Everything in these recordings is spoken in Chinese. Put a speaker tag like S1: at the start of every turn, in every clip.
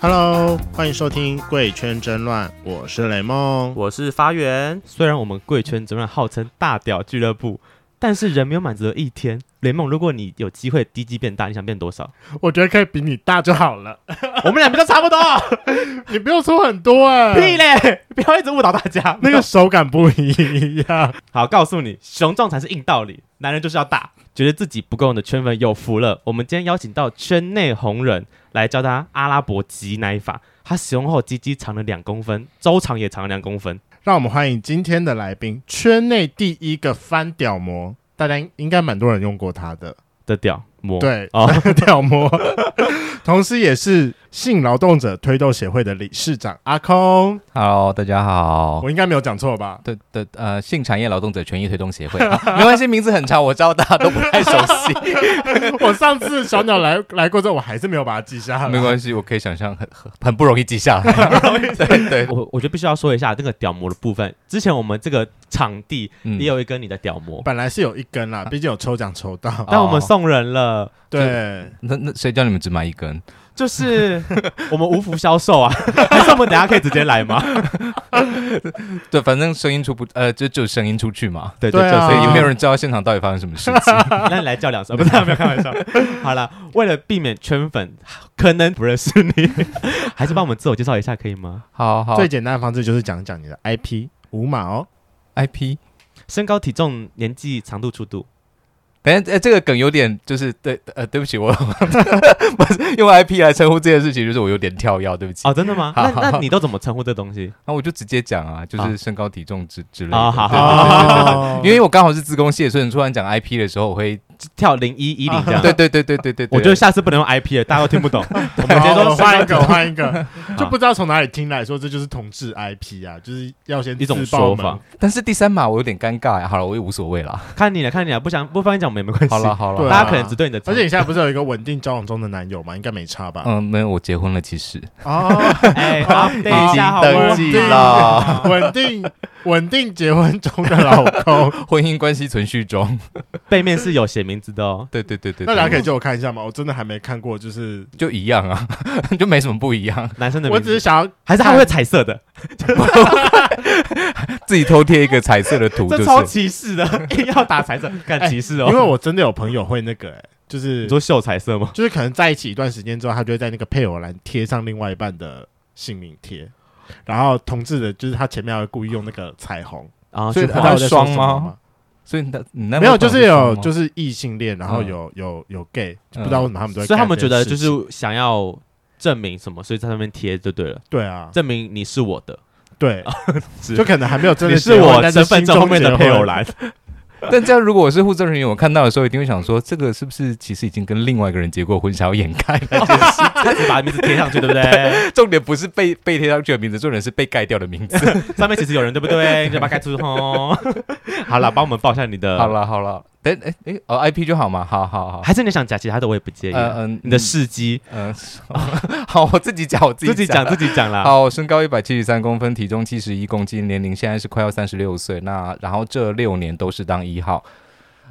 S1: Hello，欢迎收听《贵圈争乱》，我是雷梦。
S2: 我是发源，
S3: 虽然我们贵圈总论号称大屌俱乐部，但是人没有满足的一天。雷梦，如果你有机会低级变大，你想变多少？
S1: 我觉得可以比你大就好了，
S3: 我们两边都差不多，
S1: 你不用出很多哎、
S3: 屁嘞！不要一直误导大家。
S1: 那个手感不一样。
S3: 好，告诉你，雄壮才是硬道理，男人就是要大。觉得自己不够用的圈粉有福了，我们今天邀请到圈内红人来教大家阿拉伯挤奶法。他使用后，鸡鸡长了两公分，周长也长了两公分。
S1: 让我们欢迎今天的来宾，圈内第一个翻屌模，大家应应该蛮多人用过他的，
S3: 的屌摸，
S1: 对，
S3: 哦，
S1: 屌模，同时也是性劳动者推动协会的理事长阿空，
S4: Hello，大家好。
S1: 我应该没有讲错 吧？
S4: 对对，呃，性产业劳动者权益推动协会， 啊没关系，名字很长，我知道大家都不太熟悉，
S1: 我上次小鸟来来过之后，我还是没有把它记下来。
S4: 没关系，我可以想象很很很不容易记下来， 对对，
S3: 我我觉得必须要说一下这个屌膜的部分。之前我们这个场地
S4: 嗯哦
S3: 也有一根你的屌膜，
S1: 本来是有一根啦，毕竟有抽奖抽到。
S3: 但我们送人了，
S1: 对，
S4: 那那谁叫你们只买一根？
S3: 就是 我们无福消受啊， 还是我们等一下可以直接来 吗？
S4: 对，反正声音出不呃，就就声音出去嘛，
S3: 对
S1: 对啊
S4: 所以也没有人知道现场到底发生什么事情。
S3: 那你来叫两声， 不是没有开玩笑。 好了，为了避免圈粉可能不认识你， 还是帮我们自我介绍一下可以吗？
S4: 好好
S1: 最简单的方式就是讲讲你的 IP 五码哦。
S4: ，IP，
S3: 身高、体重、年纪、长度、粗度，
S4: 等一下，呃，这个梗有点就是对，呃，对不起，我 不是用 IP 来称呼这件事情，就是我有点跳跃，对不起。
S3: 哦，真的吗？
S4: 好
S3: 那
S4: 好
S3: 那你都怎么称呼这东 西？
S4: 那我就直接讲啊，就
S3: 好
S4: 是身高体重之之类的。
S3: 哦好
S4: 对
S3: 好
S1: 哦，
S4: 因为我刚好是自贡系，所以你突然讲 IP 的时候，我会
S3: 跳零一一零这样。
S4: 对对对对对对，
S3: 我觉得下次不能用 IP 了，大家都听不懂。我们直接
S1: 好
S3: 说
S1: 我换一个，我 换一个，就不知道从哪里听来说，这就是同志 IP 啊，就是要先
S3: 一种
S1: 自报
S3: 说
S1: 门
S3: 法。。
S4: 但是第三码我有点尴尬呀。好了，我也无所谓啦。
S3: 看你了，看你了，不想不方便讲我们也没关系。
S4: 好了，好
S1: 对啊
S4: 了，
S3: 大家可能只对你的 长，
S1: 而且你现在不是有一个稳定交往中的男友吗？应该没差吧？
S4: 嗯，没有，我结婚了，其实
S1: 哦，
S3: 哎，好，等一下，好
S1: 登
S3: 吗？
S1: 记
S4: 了，
S1: 稳定稳定结婚中的老公，
S4: 婚姻关系存续中。
S3: 背面是有写名字的哦。
S4: 对对对对，
S1: 那大家可以
S4: 对
S1: 借我看一下吗？我真的还没看过，就是
S4: 就一样啊， 就没什么不一样，
S3: 男生的名
S1: 我
S3: 字，
S1: 只是想要
S3: 还是他会彩色的，
S4: 自己偷贴一个彩色的图，就
S3: 这超
S4: 是
S3: 歧视 的，硬要打彩色，
S1: 哎
S3: 干歧视哦。
S1: 因为我真的有朋友会那个、欸，就是
S3: 你说秀彩色吗？
S1: 就是可能在一起一段时间之后，他就会在那个配偶栏贴上另外一半的姓名贴，然后同志的，就是他前面还会故意用那个彩虹，
S3: 啊，
S4: 所以
S3: 去
S1: 知道
S3: 画
S4: 他
S1: 我在说什么
S4: 双吗？所以你那你那
S1: 没有，就是有就是是异性恋，然后有、有有 gay，就不知道为什么他们都会干这件
S3: 所
S1: 事情，
S3: 以他们觉得就是想要证明什么，所以在上面贴就对了，
S1: 对啊，
S3: 证明你是我的，
S1: 对，
S3: 是
S1: 就可能还没有真的
S3: 你是
S1: 结婚
S3: 我
S1: 但
S3: 身份
S1: 心
S3: 证
S1: 中
S3: 后面的配 偶
S1: 结婚
S3: 栏。
S4: 但这样，如果我是护证人员，我看到的时候一定会想说，这个是不是其实已经跟另外一个人结过婚，想要掩盖？
S3: 哎他只把名字贴上去，对不对？
S4: 重点不是被被贴上去的名字，重点是被盖掉的名字。
S3: 上面其实有人，对不对？你就把它盖出去哦。好了，帮我们报一下你的。
S4: 好，了好了，等哎哎哦，IP 就好嘛，好 好好。
S3: 哦还是你想讲其他的，我也不介意啊。
S4: 呃嗯
S3: 你的事迹
S4: 嗯， 好，我自己讲，我自己
S3: 呃 自己讲。自己讲啦。
S4: 好，我身高一百七十三公分，体重七十一公斤，年龄现在是快要三十六岁。那然后这六年都是当一号，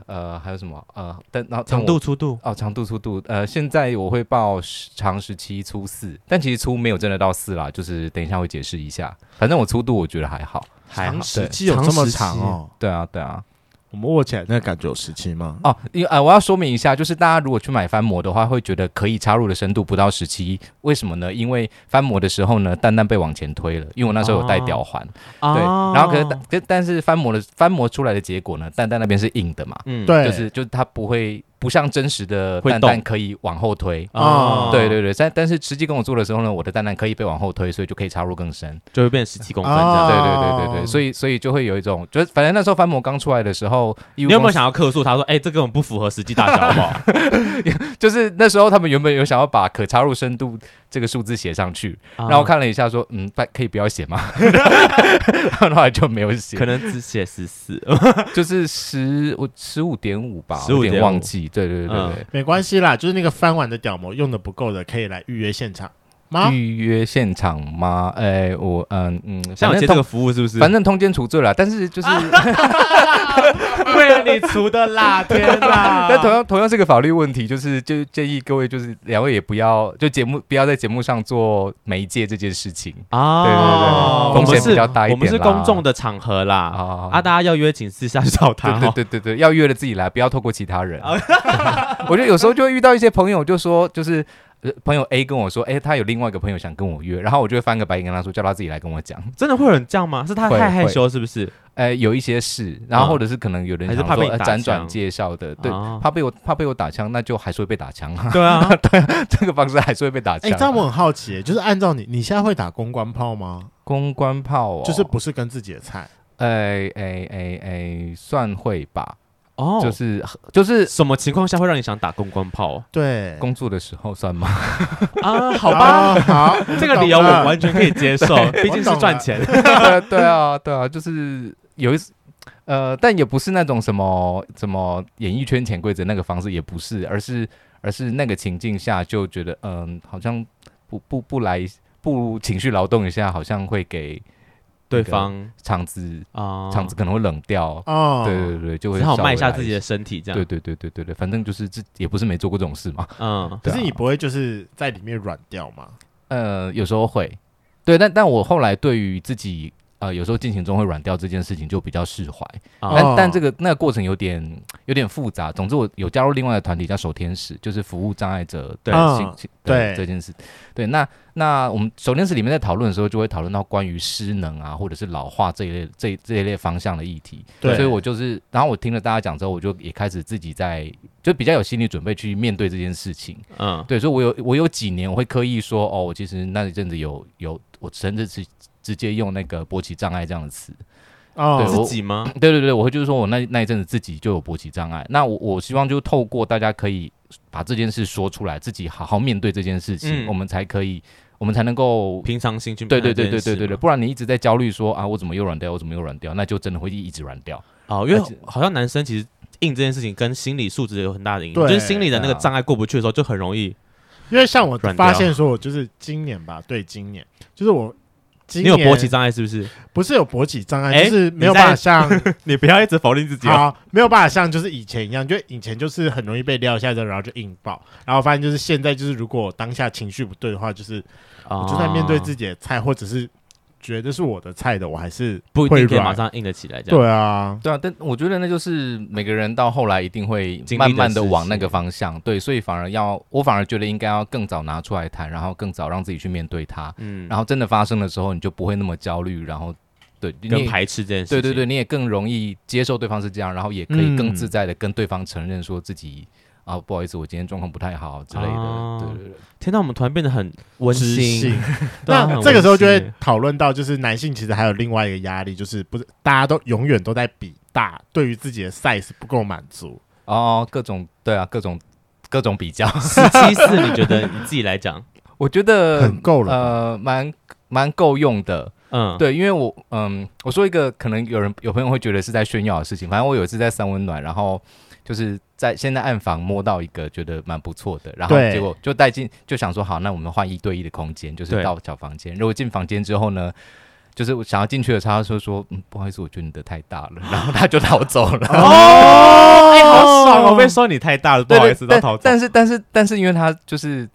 S4: 呃，还有什么呃，但然后但
S3: 长
S4: 我
S3: 度、粗度，
S4: 哦，长度粗度，呃，现在我会报十长十七粗四，但其实粗没有真的到四啦，就是等一下会解释一下。反正我粗度我觉得还好，
S3: 还好
S1: 长。时
S4: 对
S1: 期有这么长
S3: 长
S1: 哦？
S4: 对啊对啊。
S1: 我们握起来那个感觉有时期吗？
S4: 哦，因为呃，我要说明一下，就是大家如果去买翻模的话，会觉得可以插入的深度不到十七，为什么呢？因为翻模的时候呢，蛋蛋被往前推了，因为我那时候有带吊环，对，
S3: 哦
S4: 然后可是但可但是翻模的翻模出来的结果呢，蛋蛋那边是硬的嘛，
S3: 嗯
S1: 对，
S4: 就是就是它不会不像真实的
S3: 会
S4: 蛋蛋
S3: 动
S4: 可以往后推。
S3: 啊
S1: 哦
S4: 对对对，但但是实际跟我做的时候呢，我的蛋蛋可以被往后推，所以就可以插入更深。
S3: 就会变十七公分这
S1: 哦
S3: 样。
S4: 对对对对对，所以所以就会有一种，就是反正那时候翻模刚出来的时候，你
S3: 你有没有想要克诉他说，哎、这根本不符合实际大小，好不 好？
S4: 就是那时候他们原本有想要把可插入深度这个数字写上去，
S3: 啊
S4: 然后我看了一下说，嗯，拜可以不要写 吗？然后后来就没有写，
S3: 可能只写十四，
S4: 就是十我十五点五吧，
S3: 15.5
S4: 我有点忘记，对对对对对。
S1: 没关系啦，就是那个翻完的屌模用的不够的，可以来预约现场吗？
S4: 预约现场吗？哎、我嗯嗯，
S3: 像
S4: 反
S3: 有
S4: 正
S3: 接这
S4: 通
S3: 个服务是不是？
S4: 反正通奸除罪了，但是就是、
S3: 为对啊你除的啦，天哪！
S4: 但同样同样是个法律问题，就是就建议各位就是两位也不要就节目不要在节目上做媒介这件事情
S3: 啊，
S4: 对对对风
S3: 我
S4: 险比较
S3: 们
S4: 大一
S3: 是，我
S4: 点啦
S3: 们是公众的场合啦，
S4: 啊
S3: 啊，大家要约请私下去找他哦。
S4: 对对对对对，要约了自己来，不要透过其他人。 我觉得有时候就会遇到一些朋友，就说就是、呃朋友 A 跟我说，哎、他有另外一个朋友想跟我约，然后我就会翻个白眼跟他说，叫他自己来跟我讲。
S3: 真的会有人这样吗？是他
S4: 会
S3: 太害
S4: 会
S3: 羞是不是？
S4: 呃，有一些事，然后
S3: 嗯
S4: 或者是可能有人
S3: 还是
S4: 想
S3: 怕
S4: 说
S3: 被
S4: 呃
S3: 打
S4: 辗
S3: 枪
S4: 转介绍的，对，
S3: 哦
S4: 怕被我怕被我打枪，那就还是会被打枪啊。
S3: 对啊，
S4: 这个方式还是会被打
S1: 哎、
S4: 枪啊。
S1: 这样我很好奇、就是按照你，你现在会打公关炮吗？
S4: 公关炮哦，
S1: 就是不是跟自己的菜，
S4: 哎哎哎哎，算会吧，
S3: 哦，
S4: 就是是就是
S3: 什么情况下会让你想打公关炮哦
S1: 对，
S4: 工作的时候算吗？
S3: 啊？好吧，
S1: 哦，好，
S3: 这个理由我
S1: 懂了
S3: 完全可以接受，毕竟
S1: 我懂
S3: 是
S1: 了
S3: 赚钱。
S4: 对 对啊，对啊，就是有一次，呃，但也不是那种什么什么演艺圈潜规则那个方式，也不是，而是而是那个情境下就觉得，嗯，好像不不不来不情绪劳动一下，好像会给
S3: 对
S4: 那个
S3: 方
S4: 场子
S3: 啊，
S4: 场子可能会冷掉。
S1: 哦，
S4: 对对对，就会
S3: 只好
S4: 稍
S3: 卖一
S4: 微
S3: 下
S4: 来
S3: 自己的啊身体，这样
S4: 对对对对对对，反正就是这也不是没做过这种事嘛。
S3: 嗯，
S1: 可
S4: 对啊
S1: 是你不会就是在里面软掉吗？
S4: 呃，有时候会，对，但但我后来对于自己呃有时候进行中会软掉这件事情就比较释怀，
S3: 哦
S4: 但但这个那个过程有点有点复杂。总之，我有加入另外的团体叫守天使，就是服务障碍者
S3: 对
S4: 的
S1: 嗯
S4: 心情
S1: 对
S4: 这件事。对，那那我们守天使里面在讨论的时候，就会讨论到关于失能啊，或者是老化这一类这这一类方向的议题。
S1: 对
S4: 所以我就是，然后我听了大家讲之后，我就也开始自己在就比较有心理准备去面对这件事情。
S3: 嗯
S4: 对，所以我有我有几年我会刻意说，哦，我其实那一阵子有有，我甚至是直接用那个勃起障碍这样的词。对
S1: 哦，
S3: 自
S4: 我
S3: 己吗？
S4: 对对对，我会就是说我那那一阵子自己就有勃起障碍，那我我希望就透过大家可以把这件事说出来，自己好好面对这件事情，
S3: 嗯
S4: 我们才可以，我们才能够。
S3: 平常心去
S4: 对对
S3: 看
S4: 对
S3: 这件
S4: 对对
S3: 事
S4: 对对，
S3: 吗
S4: 不然你一直在焦虑说啊，我怎么又软掉，我怎么又软掉，那就真的会一直软掉。
S3: 哦，因为
S4: 而且
S3: 好像男生其实硬这件事情跟心理素质有很大的影响，
S1: 对
S3: 就是心理的那个
S4: 对啊
S3: 障碍过不去的时候，就很容易。
S1: 因为像我
S3: 软掉
S1: 发现说，我就是今年吧，对，今年就是我今
S3: 你
S1: 年
S3: 有勃起障碍是不是？
S1: 不是有勃起障碍，
S3: 哎
S1: 就是没有办法像
S3: 你不要一直否定自己 哦。
S1: 好，没有办法像就是以前一样，就以前就是很容易被撂下的，然后就硬爆，然后发现就是现在就是如果当下情绪不对的话，就是
S3: 哦
S1: 我就在面对自己
S3: 己，
S1: 的菜，或者是觉得是我的菜的，我还是
S3: 不一
S1: 会
S3: 定可以
S1: 软
S3: 马上硬得起来。这样，
S1: 对啊，
S4: 对啊，但我觉得那就是每个人到后来一定会
S3: 经历的
S4: 慢慢的
S3: 事
S4: 往
S3: 情
S4: 那个方向，对，所以反而要我反而觉得应该要更早拿出来谈，然后更早让自己去面对它，
S3: 嗯，
S4: 然后真的发生的时候你就不会那么焦虑，然后对，你
S3: 跟
S4: 也
S3: 排斥这件事情。啊
S4: 对对对，你也更容易接受对方是这样，然后也可以更
S1: 嗯
S4: 自在的跟对方承认说自己啊，不好意思，我今天状况不太好之类的。
S3: 哦
S4: 对对对，
S3: 天到我们突然变得很温
S1: 知
S3: 馨
S1: 性。
S3: 对啊
S1: 那
S3: 很
S1: 这个时候就
S3: 温
S1: 会
S3: 馨
S1: 讨论到，就是男性其实还有另外一个压力，就是不是大家都永远都在比大，对于自己的 size 不够满足。
S4: 哦，各种对啊，各种各种比 较，
S3: 十七四，你觉得你自己来讲，
S4: 我觉得
S1: 很够了
S4: 呃，蛮蛮够用的。
S3: 嗯，
S4: 对，因为我嗯，我说一个可能有人有朋友会觉得是在炫耀的事情，反正我有一次在三温暖，然后就是在先在暗房摸到一个觉得蛮不错的，然后
S1: 对
S4: 结果就带进就想说好，那我们换一对一的空间，就是
S3: 对
S4: 到小房间。如果进房间之后呢？就是我想要进去的时候，他说说、嗯，不好意思，我觉得你的太大了，然后他就逃走了。
S3: 哦，哎，好爽哦！我被说你太大了，不
S4: 对
S3: 好
S4: 对
S3: 意思，到逃
S4: 但
S3: 走。
S4: 但是但是但是，因为他就是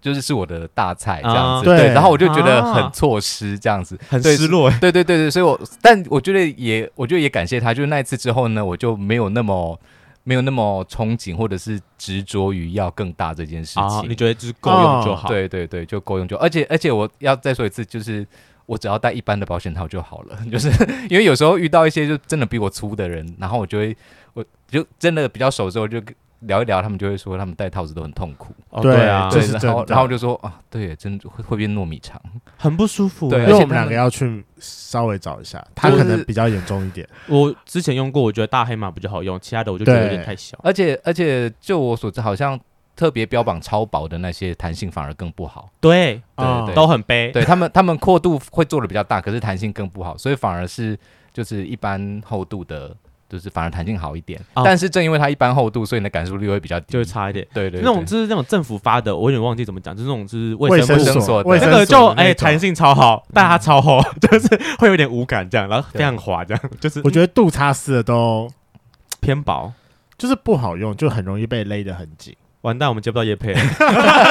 S4: 就是是我的大菜这样
S3: 啊
S4: 子，对，
S1: 对
S4: 然后我就觉得
S3: 啊
S4: 很错失这样子，
S3: 很
S4: 对
S3: 失落，
S4: 对对对对，所以我但我觉得也，我觉得也感谢他，就是那一次之后呢，我就没有那么没有那么憧憬或者是执着于要更大这件事情。
S3: 啊，你觉得就是够用就好。，
S4: 对对对，就够用就，而且而且我要再说一次，就是我只要带一般的保险套就好了， 就是因为有时候遇到一些就真的比我粗的人，然后我就会我就真的比较熟之后就。聊一聊，他们就会说他们戴套子都很痛苦，
S3: 哦
S1: 对
S3: 对啊
S1: 这
S4: 对，
S1: 是
S4: 然
S1: 真
S4: 后
S1: 的
S4: 然后我就说啊，对，真的会会变糯米肠，
S3: 很不舒服。
S4: 对
S1: 因
S4: 呃而
S1: 为
S4: 且
S1: 我们
S4: 他
S1: 两
S4: 们
S1: 个要去稍微找一下，他
S4: 就是
S1: 可能比较严重一点。
S3: 我之前用过，我觉得大黑马比较好用，其他的我就觉得有点太小。
S4: 而且而且，就我所知，好像特别标榜超薄的那些弹性反而更不好。
S3: 对，
S4: 对
S1: 哦
S4: 对
S3: 都很悲。
S4: 对他们，他们阔度会做的比较大，可是弹性更不好，所以反而是就是一般厚度的，就是反而弹性好一点。
S3: 哦
S4: 但是正因为它一般厚度，所以你的感受率会比较低。
S3: 就会差一点。
S4: 对对对，
S3: 那种就是那种政府发的，我有点忘记怎么讲，就是那种就是
S1: 卫
S3: 生
S1: 生
S3: 部
S4: 所
S1: 卫
S3: 那
S1: 生
S3: 个就
S1: 所的那
S3: 哎
S1: 种
S3: 弹性超好，
S4: 嗯
S3: 但它超厚， 就是会有点无感这样，然后非常滑这样，就是
S1: 我觉得杜差丝的都
S3: 偏薄，
S1: 就是不好用，就很容易被勒得很紧。
S3: 完蛋，我们接不到叶 配了。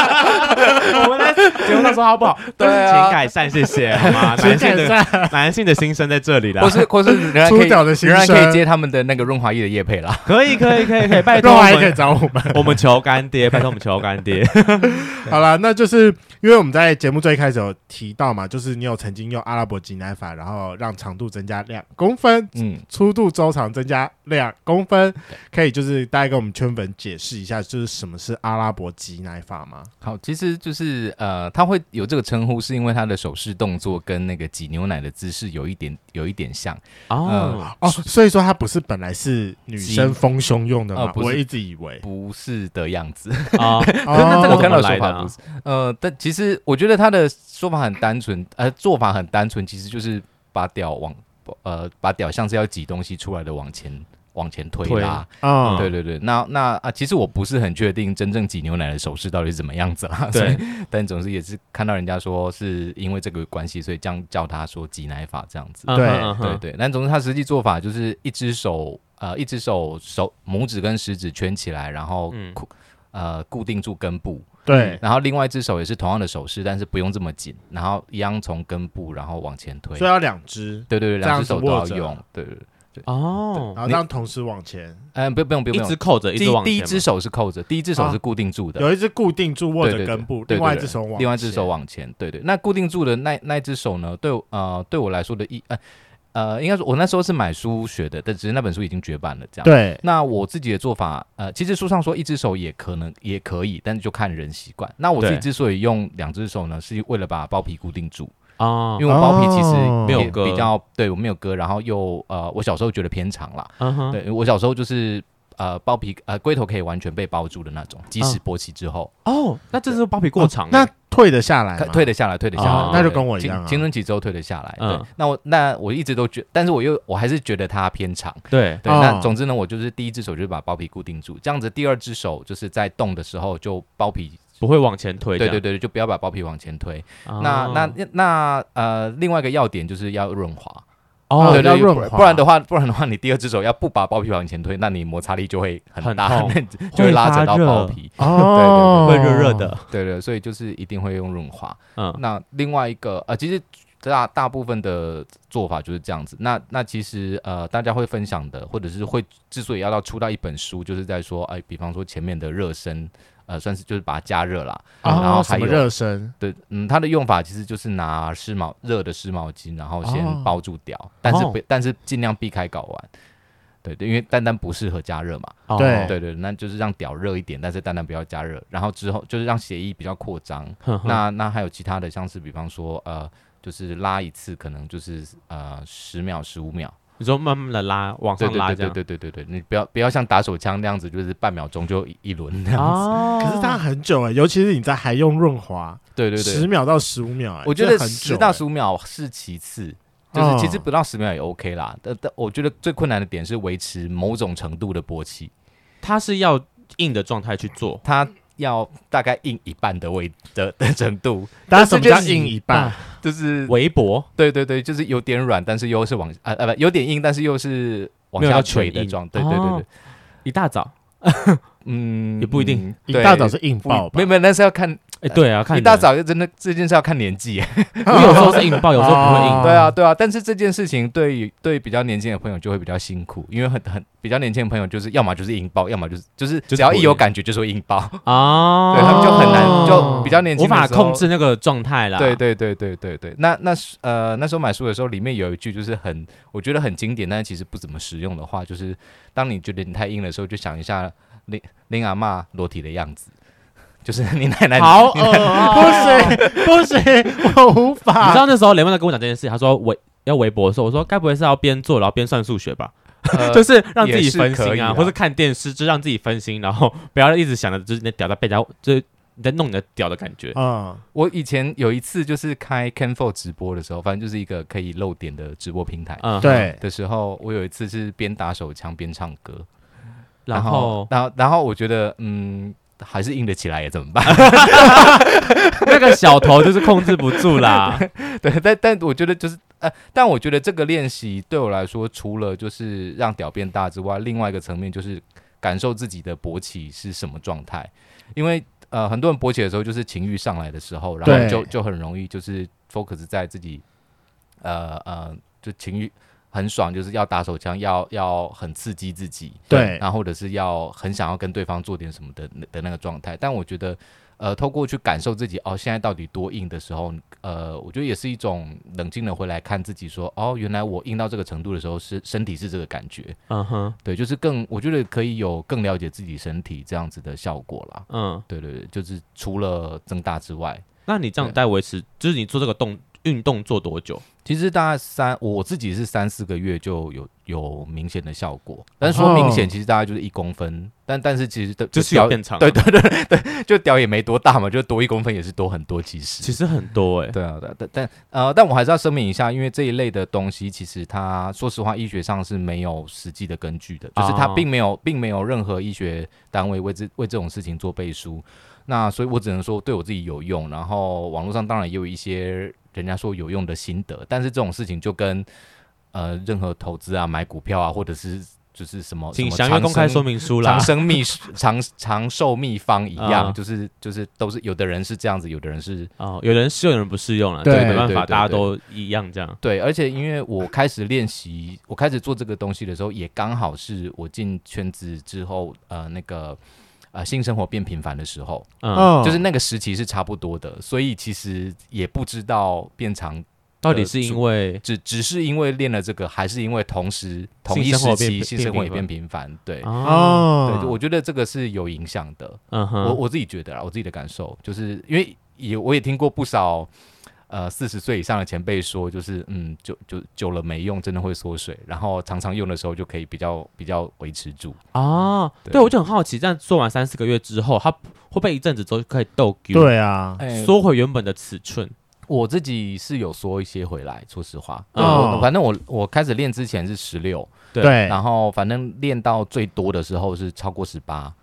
S3: 我们来节目到说好不好？都是
S4: 对
S3: 请
S4: 啊
S3: 改善，谢谢好吗？ 男性的男性的心声在这里啦
S4: 或。是或是仍然可
S1: 出
S4: 以
S1: 屌的心
S4: 仍然可
S1: 声
S4: 以接他们的那个润滑液的液配啦。
S3: 可以可以可 以可以，拜托
S1: 肉
S3: 哎
S1: 还
S3: 我
S1: 可以
S3: 们，
S1: 找我们。
S3: 我们求干爹，拜托我们求干 爹。
S1: 好了，那就是因为我们在节目最开始有提到嘛，就是你有曾经用阿拉伯挤奶法，然后让长度增加两公分，
S4: 嗯，
S1: 粗度周长增加两公分，可以就是大概跟我们圈粉解释一下，就是什么是阿拉伯挤奶法吗？
S4: 好，其实就是呃，他会有这个称呼，是因为他的手势动作跟那个挤牛奶的姿势有一点有一点像。
S3: 哦
S4: 嗯，
S1: 哦，所以说它不是本来是女生丰胸用的
S4: 呃
S1: 吗？
S4: 不是
S1: 我一直以为，
S4: 不是的样子，
S3: 啊，
S4: 那
S3: 怎
S4: 这个
S3: 么
S1: 哦，
S4: 朋友
S3: 来的
S4: 说
S3: 啊
S4: 法不是，呃，但其实我觉得他的说法很单纯，呃，做法很单纯，其实就是把屌往呃把屌像是要挤东西出来的往前往前推
S3: 推
S4: 拉，
S1: 嗯，
S4: 对对对，那那啊，其实我不是很确定真正挤牛奶的手势到底是怎么样子啦。
S3: 对
S4: 所以，但总之也是看到人家说是因为这个关系，所以这样叫他说挤奶法这样子。
S3: 嗯
S1: 对
S3: 哼嗯哼
S4: 对对，但总之他实际做法就是一只手呃一只手手拇指跟食指圈起来，然后
S3: 嗯
S4: 固、呃固定住根部，
S1: 对，
S4: 然后另外一只手也是同样的手势，但是不用这么紧，然后一样从根部然后往前推
S1: 所以。要两只，
S4: 对对对，
S1: 这
S4: 两
S1: 样
S4: 只
S1: 子
S4: 手都要
S1: 握着
S4: 用。对对对，
S3: 哦
S1: 然，后这样同时往前，
S4: 嗯，不不用不用
S3: 一
S4: 不
S3: 直
S4: 用。
S3: 扣着，一
S4: 第
S3: 直往
S4: 第一
S3: 前
S4: 只
S3: 嘛
S4: 手是扣着，第一只手
S1: 啊
S4: 是固定住的，
S1: 有一只固定住握着
S4: 对对对
S1: 根部，
S4: 对对
S1: 另外一
S4: 对
S1: 只手往，
S4: 另外一只手，往前，对对。那固定住的那那一只手呢？对我，呃，对我来说的意，呃，呃，应该说，我那时候是买书学的，但只是那本书已经绝版了，这样。。
S1: 对，
S4: 那我自己的做法，呃，其实书上说一只手也可能也可以，但是就看人习惯。那我自己
S3: 对
S4: 之所以用两只手呢，是为了把包皮固定住，
S3: 哦
S4: 因为，我包皮其实
S1: 哦
S4: 也
S3: 没有割
S4: 比较对我没有割，然后又呃，我小时候觉得偏长啦，
S3: 嗯哼，
S4: 对我小时候就是呃包皮呃龟头可以完全被包住的那种，即
S1: 啊
S4: 使勃起之后。
S3: 哦，那这是包皮过
S4: 哦
S3: 长欸，
S1: 那退得下来
S4: 可
S1: 吗？
S4: 退得下来，退得下来，
S3: 哦
S4: 对
S1: 那就跟我一
S4: 青
S1: 样啊
S4: 青春期之后退得下来，
S3: 嗯
S4: 对，那我那我一直都觉，但是我又我还是觉得它偏长。
S3: 对，
S4: 对，
S1: 哦
S4: 那总之呢，我就是第一只手就是把包皮固定住，这样子第二只手就是在动的时候就包皮，
S3: 不会往前推，
S4: 对对对，对就不要把包皮往前推。
S3: 哦，
S4: 那那那那呃，另外一个要点就是要润滑，
S1: 哦
S4: 对
S1: 要
S4: 对，
S1: 润
S4: 不然
S1: 滑
S4: 不然的话，不然的话，你第二只手要不把包皮往前推，那你摩擦力就会很
S3: 很
S4: 大
S3: 痛，
S4: 就会拉
S3: 发
S4: 扯到
S3: 热
S4: 包 皮。
S1: 哦，
S3: 会热热，的，
S4: 对对，所以就是一定会用润滑。
S3: 嗯，
S4: 那另外一个呃，其实大大部分的做法就是这样子。那那其实呃，大家会分享的，或者是会之所以要到出到一本书，就是在说，哎、比方说前面的热身，呃，算是就是把它加热啦。然后
S1: 哦，
S4: 还
S1: 什么
S4: 有
S1: 热身？
S4: 对，嗯，它的用法其实就是拿湿毛热的湿毛巾，然后先
S1: 哦
S4: 包住掉，但是
S3: 哦
S4: 不但是尽量避开睾丸。对对，因为蛋蛋不适合加热嘛，
S3: 哦
S1: 对
S4: 对对，那就是让屌热一点，但是蛋蛋不要加热，然后之后就是让血液比较扩张，
S3: 哼哼
S4: 那那还有其他的，像是比方说呃，就是拉一次可能就是呃十秒、十五秒，
S3: 你说慢慢的拉，往
S4: 对
S3: 上
S4: 对
S3: 拉
S4: 对
S3: 这样，
S4: 对对对对对，你不要不要像打手枪那样子，就是半秒钟就一一轮那样子。
S3: 哦，
S1: 可是它很久哎，尤其是你在还用润滑，
S4: 对对
S1: 十
S4: 对，
S1: 秒到十五秒欸，
S4: 我觉
S1: 这
S4: 得
S1: 很久
S4: 十到
S1: 欸
S4: 十五秒是其次。就是
S3: 哦
S4: 其实不到十秒也 OK 啦，但但我觉得最困难的点是维持某种程度的勃起，
S3: 它是要硬的状态去做，
S4: 它要大概硬一半的位的的程度，
S1: 大家什么叫
S4: 但是就是啊
S1: 硬一半？
S4: 就是
S3: 围脖
S4: 对对对，就是有点软，但是又是往啊啊不有点硬，但是又是往
S3: 没有
S4: 下
S3: 到
S4: 垂
S3: 全
S4: 的
S3: 硬
S4: 状，对对对对，
S3: 哦一大早，
S4: 嗯，
S3: 也不一定
S4: 嗯，
S1: 一
S4: 对
S1: 大早是硬
S4: 不
S1: 爆吧
S4: 没有？没有，那是要看
S3: 哎，对啊，看
S4: 一
S3: 你
S4: 大
S3: 的，
S4: 早就真的这件事要看年纪，
S3: 我有时候是硬爆，有时候不会硬
S1: 哦，
S4: 对啊对啊，但是这件事情对于对比较年轻的朋友就会比较辛苦，因为很很比较年轻的朋友就是要么就是硬爆，要么就是就是
S3: 是
S4: 只要
S3: 不
S4: 一有
S3: 硬
S4: 感觉就说硬 爆，
S3: 啊，
S4: 对他们就很难就比较年轻
S3: 无
S4: 的
S3: 法
S4: 时候
S3: 控制那啊个状态啦。
S4: 对对对对对对，那那是呃那时候买书的时候，里面有一句就是很我觉得很经典，但是其实不怎么实用的话，就是当你觉得你太硬的时候，就想一下林林阿嬷裸体的样子， 就是你奶奶
S3: 好恶哦
S1: 不行不行，我无
S3: 你知
S1: 法。
S3: 道那时候雷曼在跟我讲这件事，他说围要围脖的时候，我说该不会是要边做然后边算数学吧？
S4: 呃
S3: 就是让自己分
S4: 也是可以
S3: 心啊，
S4: 啦
S3: 或是看电视，就让自己分心，然后不要一直想着就是你的屌在被人家，就是你在弄你的屌的感觉。
S4: 哦
S1: 嗯，
S4: 我以前有一次就是开 Ken f o 直播的时候，反正就是一个可以露点的直播平台。
S3: 嗯，，
S1: 对，
S4: 的时候，我有一次是边打手枪边唱歌，
S3: 然后
S4: 然后，然后我觉得，嗯，还是硬得起来也怎么办？
S3: 那个小头就是控制不住啦，
S4: 对，但但我觉得就是呃，但我觉得这个练习对我来说，除了就是让屌变大之外，另外一个层面就是感受自己的勃起是什么状态。因为呃，很多人勃起的时候就是情欲上来的时候，然后
S1: 对
S4: 就就很容易就是 focus 在自己呃呃，就情欲很爽，就是要打手枪，要要很刺激自己，
S1: 对
S4: 然后或者是要很想要跟对方做点什么的的那个状态。但我觉得，呃，透过去感受自己哦，现在到底多硬的时候，呃，我觉得也是一种冷静的回来看自己说，哦，原来我硬到这个程度的时候是身体是这个感觉，
S3: 嗯哼，
S4: 对，就是更我觉得可以有更了解自己身体这样子的效果啦。
S3: 嗯，
S4: 对对对，就是除了增大之外，
S3: 那你这样在维持，就是你做这个动运动做多久？
S4: 其实大概三，我自己是三四个月就有有明显的效果，但是说明显，
S1: 哦
S4: 其实大概就是一公分，但但是其实的
S3: 就是有
S4: 屌
S3: 变长，
S4: 对，对对对，就屌也没多大嘛，就多一公分也是多很多，其实。
S3: 其实很多哎、
S4: 对啊，但但但呃，但我还是要声明一下，因为这一类的东西，其实它说实话，医学上是没有实际的根据的，就是它
S3: 哦
S4: 并没有，并没有任何医学单位为这为这种事情做背书。那所以我只能说对我自己有用，然后网络上当然也有一些人家说有用的心得，但是这种事情就跟呃任何投资啊、买股票啊，或者是就是什么，
S3: 请
S4: 什么
S3: 详阅
S4: 长
S3: 公开
S4: 生
S3: 说明书啦
S4: 长。生秘长长寿秘方一 样，
S3: 啊
S4: 就是就是都是有的人是这样子，有的人是
S3: 哦，有人适用，有人不适用了，
S1: 对
S3: 这个没办
S4: 对
S3: 法，
S4: 对
S3: 大家
S4: 对
S3: 都一样这样。
S4: 对，而且因为我开始练习，我开始做这个东西的时候，也刚好是我进圈子之后，呃，那个呃性生活变频繁的时候，
S3: 嗯，
S4: 就是那个时期是差不多的，所以其实也不知道变长。
S3: 到底是因为
S4: 只只是因为练了这个，还是因为同时同一
S3: 性生
S4: 时
S3: 活变
S4: 期性生活也
S3: 变
S4: 变频繁？对，
S3: 哦，
S1: 哦
S4: 对，，我觉得这个是有影响的。
S3: 嗯
S4: 我
S3: 哼，
S4: 我自己觉得啦，我自己的感受就是因为也我也听过不少呃四十岁以上的前辈说，就是嗯，久久久了没用，真的会缩水，然后常常用的时候就可以比较比较维持住。
S3: 哦，
S4: 对
S3: 对我就很好奇，这样做完三四个月之后，它会不会一阵子之后就可以逗丢，
S1: 对啊，
S4: 哎
S3: 缩回原本的尺寸？
S4: 我自己是有缩一些回来，说实话，
S3: 哦
S4: 嗯，我反正我我开始练之前是十六，
S3: 对
S1: 对，
S4: 然后反正练到最多的时候是超过十八，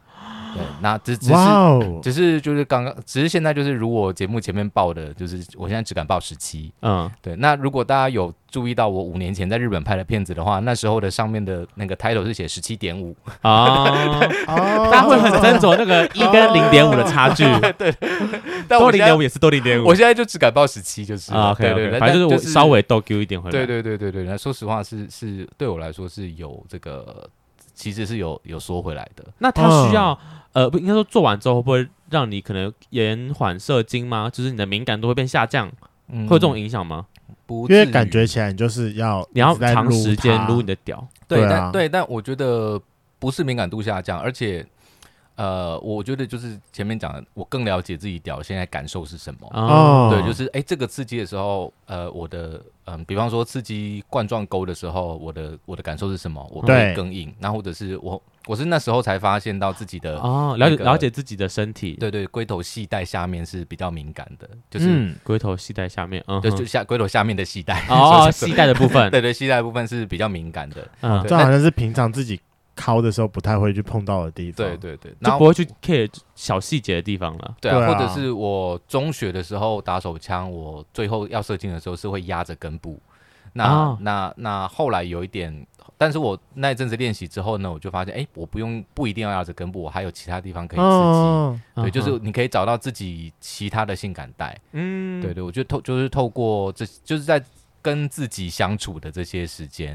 S4: 对，那只只是
S1: 哇 哦，
S4: 只是就是刚刚，只是现在就是如我节目前面报的，就是我现在只敢报十七，
S3: 嗯，
S4: 对，那如果大家有注意到我五年前在日本拍的片子的话，那时候的上面的那个 title 是写十七点 五，
S3: 啊，
S1: 哦
S3: 大家会很斟酌那个一跟零点五的差距，
S4: 哦 但
S3: 多
S4: 我
S3: 零
S4: 现
S3: 点五
S4: 在
S3: 也是多零点五
S4: 我。现在就只敢报十七就是了
S3: 啊，OK
S4: 对对
S3: OK，
S4: 对，
S3: 反正就是
S4: 但
S3: 我稍微逗丢一点回来。
S4: 对对对对对，那说实话是是对我来说是有这个，其实是有有缩回来的，
S3: 那它需要、
S4: 嗯
S3: 呃，不应该说做完之后会不会让你可能延缓射精吗？就是你的敏感度会变下降，
S4: 嗯
S3: 会有这种影响吗？
S4: 不
S1: 因为
S4: 至于
S1: 感觉起来你就是要
S3: 你要
S1: 一直在撸
S3: 长时间
S1: 它
S3: 撸你的屌，
S4: 对，
S1: 对啊
S4: 但对，但我觉得不是敏感度下降，而且。呃，我觉得就是前面讲的，我更了解自己屌现在感受是什么。
S3: 哦，
S4: 对，就是哎、诶这个刺激的时候，呃，我的嗯、比方说刺激冠状沟的时候，我的我的感受是什么？我可以
S1: 对
S4: 更硬，那或者是我我是那时候才发现到自己的，
S3: 哦，了解、
S4: 那个
S3: 了解自己的身体，，
S4: 对对，龟头系带下面是比较敏感的，就是、
S1: 嗯，
S3: 龟头系带下面，嗯
S4: 就
S3: 哼，
S4: 就下龟头下面的系 带，
S3: 哦，系带的部 分，
S4: 对对，系带部分是比较敏感的，
S3: 嗯
S4: 对，
S1: 这好像是平常自己敲的时候不太会去碰到的地方，
S4: 对对对，
S3: 哦就
S4: 然后
S3: 不会去 care 小细节的地方了。
S4: 对啊，
S1: 对啊
S4: 或者是我中学的时候打手枪，我最后要射精的时候是会压着根部。那、
S3: 哦
S4: 那那后来有一点，但是我那一阵子练习之后呢，我就发现，哎、我不用不一定要压着根部，我还有其他地方可以刺激。
S1: 哦，
S4: 对，
S3: 嗯
S4: 就是
S3: 哼
S4: 你可以找到自己其他的性感带。
S3: 嗯，
S4: 对对，我觉得透就是透过这就是在跟自己相处的这些时间，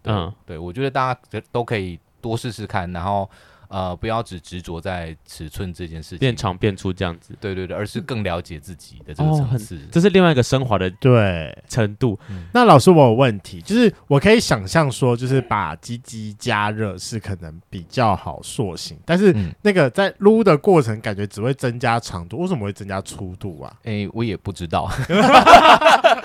S4: 对
S3: 嗯，
S4: 对我觉得大家都可以多试试看，然后呃，不要只执着在尺寸这件事情。
S3: 变长变粗这样子，
S4: 对对对，而是更了解自己的这个
S3: 哦
S4: 层
S3: 很
S4: 次。
S3: 这是另外一个升华的
S1: 对。
S3: 程度。
S1: 那老师，我有问题，就是我可以想象说，就是把鸡鸡加热是可能比较好塑形，但是
S4: 嗯
S1: 那个在撸的过程，感觉只会增加长度，为什么会增加粗度啊？
S4: 哎、我也不知道。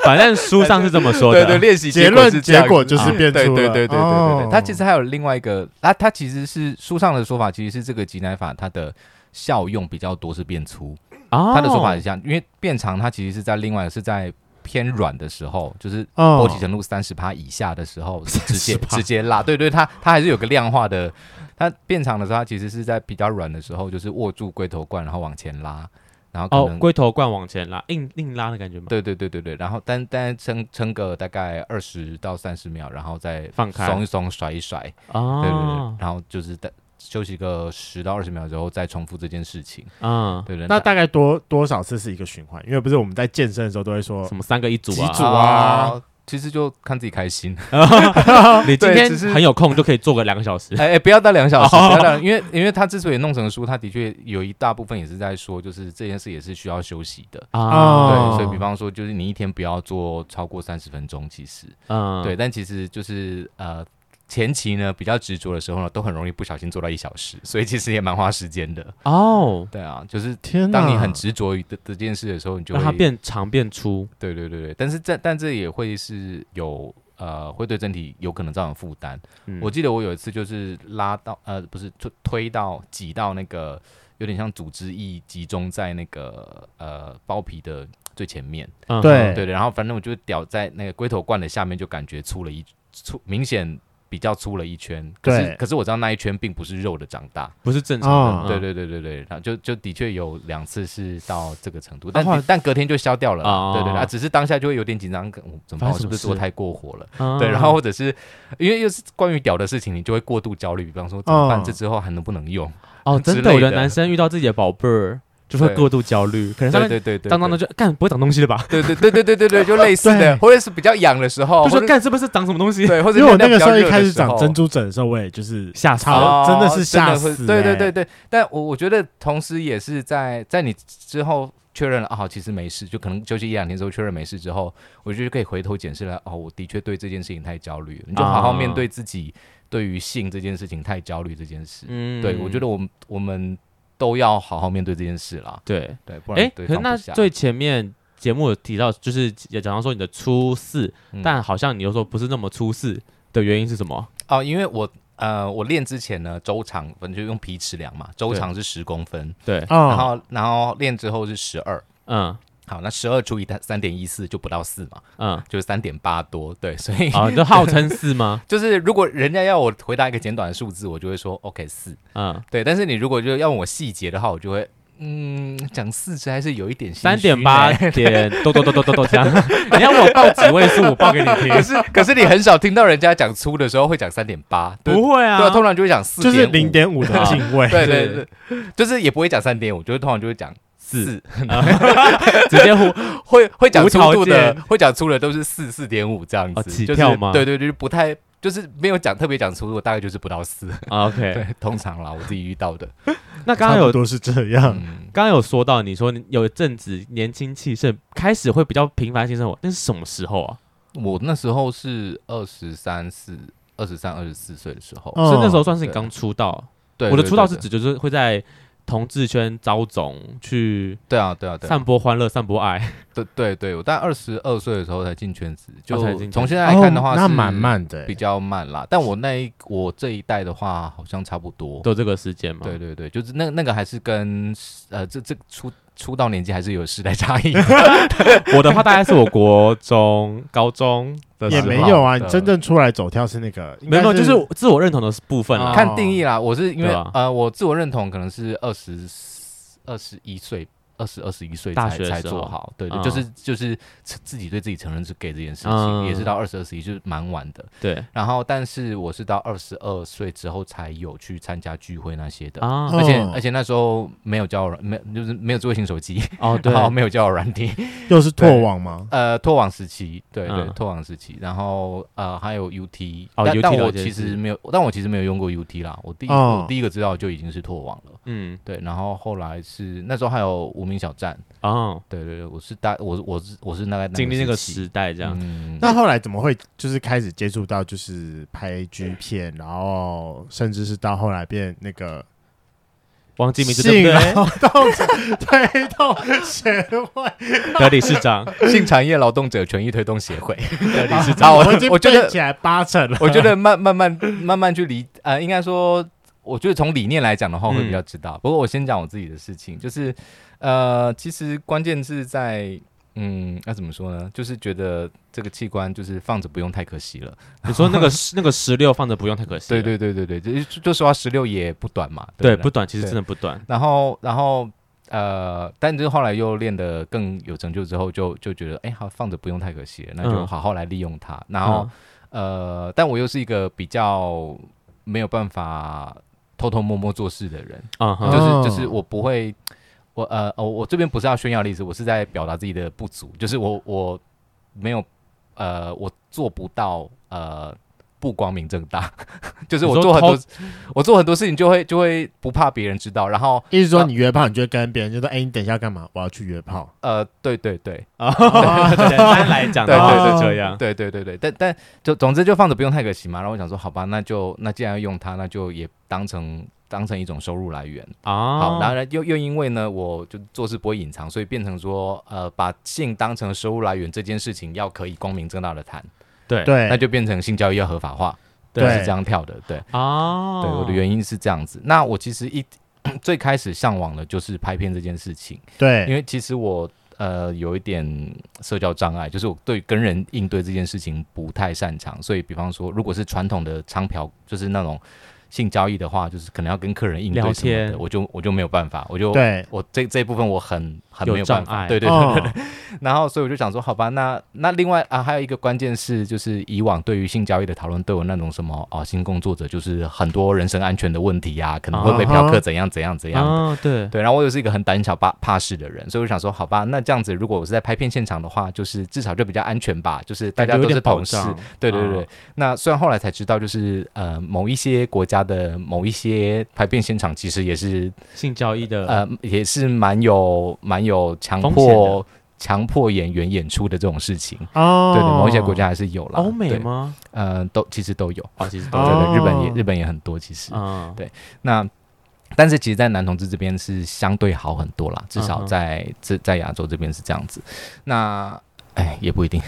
S3: 反正书上是这么说的，
S4: 练习
S1: 结论结果就是变
S4: 对
S1: 粗
S4: 对
S1: 了，
S4: 对对对对
S1: 哦
S4: 对。它其实还有另外一个，它它其实是书上的说法，其实是这个挤奶法它的效用比较多是变粗。
S3: 哦
S4: 它的说法是这样，因为变长它其实是在另外是在偏软的时候，就是
S1: 哦
S4: 勃起程度三十趴以下的时 候，直接
S3: 30%
S4: 直接拉。对对，它它还是有个量化的。它变长的时候，它其实是在比较软的时候，就是握住龟头冠，然后往前拉。然后可
S3: 哦，
S4: 能、
S3: 龟头冠往前拉，硬硬拉的感觉吗？
S4: 对对对对对，然后单单撑撑个大概二十到三十秒，然后再
S3: 放开
S4: 松一松，甩一甩，对对对
S3: 啊，，
S4: 然后就是在休息个十到二十秒之后再重复这件事情，
S3: 嗯，
S4: 对对。
S1: 那
S4: 但
S1: 大概多多少次是一个循环？因为不是我们在健身的时候都会说
S3: 什么三个一组
S1: 几组
S3: 啊？
S1: 啊
S4: 哦其实就看自己开心，
S3: 你今
S4: 对
S3: 天
S4: 只是
S3: 很有空就可以做个两个小时。
S4: 哎、哎，不要到两小时，
S3: 哦
S4: 不要到，因为因为他之所以弄成书，他的确有一大部分也是在说，就是这件事也是需要休息的。
S1: 哦
S3: 啊
S4: 对，所以比方说，就是你一天不要做超过三十分钟，其实、
S3: 嗯，
S4: 对，，但其实就是呃前期呢比较执着的时候呢，都很容易不小心做到一小时， 所以其实也蛮花时间的。
S3: 哦，
S4: 对啊，就是
S1: 天哪，
S4: 当你很执着于这这件事的时候，你就
S3: 让它
S4: 会
S3: 变长变粗，
S4: 对对对对，但是这但这也会是有呃会对身体有可能造成负担。
S3: 嗯
S4: 我记得我有一次就是拉到呃不是推推到挤到那个有点像组织液集中在那个呃包皮的最前面，
S3: 嗯
S1: 对
S4: 对，然后反正我就屌在那个龟头罐的下面，就感觉粗了一粗，明显比较粗了一圈。可
S1: 对
S4: 是可是我知道那一圈并不是肉的长大，
S3: 不是正
S1: 嗯
S3: 常的，
S4: 对对对对对，然后就就的确有两次是到这个程度，
S3: 啊
S4: 但
S3: 后来
S4: 但隔天就消掉了
S3: 哦
S4: 啦。对对对，啊，只是当下就会有点紧张，可我怎么办？
S3: 发生
S4: 我
S3: 什
S4: 是
S3: 么
S4: 不是做
S3: 事
S4: 太过火了？
S3: 嗯，
S4: 对，然后或者是因为又是关于屌的事情，你就会过度焦虑，比方说怎么办？
S1: 嗯
S4: 这之后还能不能用？
S3: 哦，
S4: 之
S3: 真的，我
S4: 类
S3: 觉得
S4: 的
S3: 男生遇到自己的宝贝儿就会
S4: 对
S3: 过度焦虑，可能
S4: 对
S3: 他
S4: 对
S3: 们
S4: 对对对，
S3: 当当的就干不会长东西了吧？
S4: 对对对对对对对，就类似
S1: 对
S4: 的，或者是比较痒的时候，
S3: 就
S4: 哦或
S3: 说
S4: 者
S3: 干是不是长什么东西？
S4: 对，或者
S1: 因为我那个
S4: 尿
S1: 时
S4: 比较
S1: 候一
S4: 热
S1: 开
S4: 的
S1: 始长
S4: 候
S1: 珍珠疹的时候，我也就是
S3: 吓死了，
S1: 好
S4: 哦
S1: 真的是吓
S4: 真的会
S1: 死
S4: 对对
S1: 欸
S4: 对对，但我我觉得同时也是在在你之后确认了啊、其实没事，就可能休息一两天之后确认没事之后，我觉得可以回头检视了，哦，我的确对这件事情太焦虑了，你就好好面
S3: 啊
S4: 对自己对于性这件事情太焦虑这件事。
S3: 嗯
S4: 对我觉得我们我们都要好好面对这件事啦，
S3: 对，
S4: 对，不然
S3: 哎，
S4: 对
S3: 可是
S4: 放不
S3: 那
S4: 下
S3: 最前面节目有提到，就是也讲到说你的初四，
S4: 嗯
S3: 但好像你又说不是那么初四的原因是什么？
S4: 哦，因为我呃我练之前呢，周长反正就用皮尺量嘛，周
S3: 对
S4: 长是十公分，
S3: 对，
S4: 然
S1: 哦，
S4: 后然后练之后是十二。
S3: 嗯
S4: 好，那十二除以三点一四就不到四嘛，
S3: 嗯，
S4: 就是三点八多。对，所以、
S3: 啊，你就号称四吗？
S4: 就是如果人家要我回答一个简短的数字，我就会说 OK 四。
S3: 嗯，
S4: 对，但是你如果就要问我细节的话，我就会嗯讲四实还是有一点欸
S3: 三点八点 豆豆豆豆豆豆这样，你要我报几位数，我报给你听
S4: 可。是可是你很少听到人家讲粗的时候会讲三点八，对
S3: 不会 啊，
S4: 对啊，通常就会讲四
S1: 就是零。点五的敬畏，
S4: 对对对，就是也不会讲三点五，就是通常就会讲四，
S3: 直接呼
S4: 会会讲
S3: 无条
S4: 粗度的
S3: 件，
S4: 会讲粗的都是四四点五这样
S3: 哦
S4: 子，
S3: 起
S4: 就是
S3: 跳吗
S4: 对对对，就是不太就是没有讲特别讲粗度，大概就是不 到四。
S3: 啊 OK。
S4: 对，通常啦，我自己遇到的。
S3: 那刚
S1: 差
S3: 刚
S1: 不
S3: 有
S1: 多是这样。
S4: 嗯，
S3: 刚刚有说到，你说你有一阵子年轻气盛，开始会比较频繁性生活，那是什么时候啊？
S4: 我那时候是二十三四、二十三、二十四岁的时候。
S1: 嗯
S3: 所以那时候算是你
S4: 对
S3: 刚出道。
S4: 对，
S3: 哦我的
S4: 对
S3: 出道
S4: 对
S3: 是
S4: 对
S3: 指就是会在同志圈招总去
S4: 对啊，对啊，对啊，
S3: 散播欢乐、散播爱。
S4: 对对对，我大概二十二岁的时候才进圈子，就
S3: 哦才进圈
S4: 从
S3: 子
S4: 现在来看的
S1: 哦
S4: 话，
S1: 那蛮，慢的欸，
S4: 比较慢啦。但我那一我这一代的话，好像差不多。
S3: 都这个时间嘛？
S4: 对对对，就是那那个还是跟呃这这出出道年纪还是有时代差 异的。
S3: 我的话大概是我国中、高中的时
S1: 也
S3: 候，
S1: 没有啊。
S4: 的
S1: 你真正出来走跳是那个，应
S3: 没
S1: 该
S3: 有，没有就是自我认同的部分啊啦。
S1: 哦
S4: 看定义啦，我是因为、
S3: 对啊
S4: 呃，我自我认同可能是二十二十一岁。二十二十一岁
S3: 大
S4: 才
S3: 学的
S4: 才
S3: 时候
S4: 做好，对对，
S3: 嗯
S4: 就是就是自己对自己承认是 gay 这件事情，
S3: 嗯
S4: 也是到二十二十一就是蛮晚的。
S3: 对
S4: 然后，但是我是到二十二岁之后才有去参加聚会那些的，
S3: 啊
S1: 哦
S4: 而且而且那时候没有交友软，没就是没有智慧型手机，
S3: 哦对
S4: 然后没有交友软体，
S1: 又是拓网吗？
S4: 呃，脱网时期，对对，
S3: 嗯
S4: 脱网时期，然后呃，还有 UT，
S3: 哦
S4: 但
S3: UT
S4: 但
S3: 了
S4: 我
S3: 解
S4: 其
S3: 是
S4: 实没有，但我其实没有用过 UT 啦，我第一
S1: 哦
S4: 我第一个知道就已经是脱网了，
S3: 嗯
S4: 对，然后后来是那时候还有无名小站，
S3: 哦，
S4: 对对对，我是大我我是我是大概
S3: 经历那个
S4: 期
S3: 时代这样。
S4: 嗯，
S1: 那后来怎么会就是开始接触到就是拍 G 片，然后甚至是到后来变那个
S3: 忘记名字对
S1: 性
S3: 不
S1: 劳
S3: 对？
S1: 动推动协会？
S3: 的理事长，
S4: 性产业劳动者权益推动协 会的 理事
S1: 啊
S4: 长，我
S1: 已经
S4: 我觉
S1: 背
S4: 得
S1: 起来八成了。
S4: 我觉得慢慢慢慢慢去理，呃，应该说，我觉得从理念来讲的话，
S3: 嗯
S4: 会比较知道。不过我先讲我自己的事情，就是，呃，其实关键是在，嗯，要怎么说呢？就是觉得这个器官就是放着不用太可惜了。
S3: 你说那个 那个石榴放着不用太可惜了。啊
S4: 对对对对对，就就说实话，十六也不短嘛，
S3: 对，
S4: 不
S3: 不
S4: 对？
S3: 短，其实真的不短。
S4: 然后然后呃，但就是后来又练得更有成就之后就，就觉得哎，好放着不用太可惜了，那就
S3: 嗯
S4: 好好来利用它。然后、呃，但我又是一个比较没有办法偷偷摸摸做事的人，
S3: 嗯 哼，
S1: 哦
S4: 就是就是我不会，我呃哦，我这边不是要炫耀的意思，我是在表达自己的不足，就是我我没有呃，我做不到呃不光明正大， 就是我
S3: 你说
S4: 做很多
S3: 偷
S4: 我做很多事情就会就会不怕别人知道，然后
S1: 意思
S3: 啊
S1: 说你约炮，你就会跟别人就说，哎，你等一下干嘛？我要去约炮。
S4: 呃，对对对，
S3: 简单来讲的话
S1: 对
S3: 是
S1: 对
S3: 这
S1: 对
S3: 样，
S4: 对对对对，但但就总之就放着不用太可惜嘛。然后我想说，好吧，那就那既然要用它，那就也当成当成一种收入来源。
S3: 啊，
S1: 哦
S4: 好，然后呢又又因为呢，我就做事不会隐藏，所以变成说，呃，把性当成收入来源这件事情要可以光明正大的谈，
S3: 对
S4: 那
S1: 对，
S4: 就变成性交易要合法化，
S1: 对哦
S4: 是这样跳的。对，
S3: 啊，
S4: 对，我的原因是这样子。那我其实一 最开始向往的就是拍片这件事情。因
S1: 对，
S4: 为其实我呃有一点社交障碍，就是我对跟人应对这件事情不太擅长，所以比方说，如果是传统的娼嫖，就是那种性交易的话，就是可能要跟客人应对
S3: 聊
S4: 什么的，
S3: 天
S4: 我就我就没有办法，我就
S1: 对，
S4: 我这这一部分我很很
S3: 有
S4: 没有办
S3: 障
S4: 法，
S3: 碍
S4: 对对对对
S1: 哦
S4: 对 然后所以我就想说，好吧，那那另外啊，还有一个关键是，就是以往对于性交易的讨论，都有那种什么哦，性工作者就是很多人身安全的问题呀、啊可能会被嫖客怎样怎样怎样的
S3: 啊，对，
S4: 对，然后我又是一个很胆小怕怕事的人，所以我想说，好吧，那这样子，如果我是在拍片现场的话，就是至少就比较安全吧，就是大家
S3: 感觉有
S4: 都是
S3: 点保
S4: 同事。
S3: 障，
S4: 对对对对
S3: 啊，
S4: 那虽然后来才知道，就是呃，某一些国家的某一些拍片现场，其实也是
S3: 性交易的
S4: 呃，也是蛮有蛮有强
S3: 风险的
S4: 迫强迫演员演出的这种事情。
S1: 哦，
S4: 对对，某一些国家还是有啦。
S3: 欧美
S4: 对？
S3: 吗？
S4: 呃，都其实都有。
S3: 哦，其实都
S4: 对
S1: 哦
S3: 在
S4: 对，日本也日本也很多，其实。
S3: 啊，
S4: 对那但是其实，在男同志这边是相对好很多啦，至
S3: 嗯
S4: 少
S3: 哼
S4: 在这、在亚洲这边是这样子。那哎，也不一定。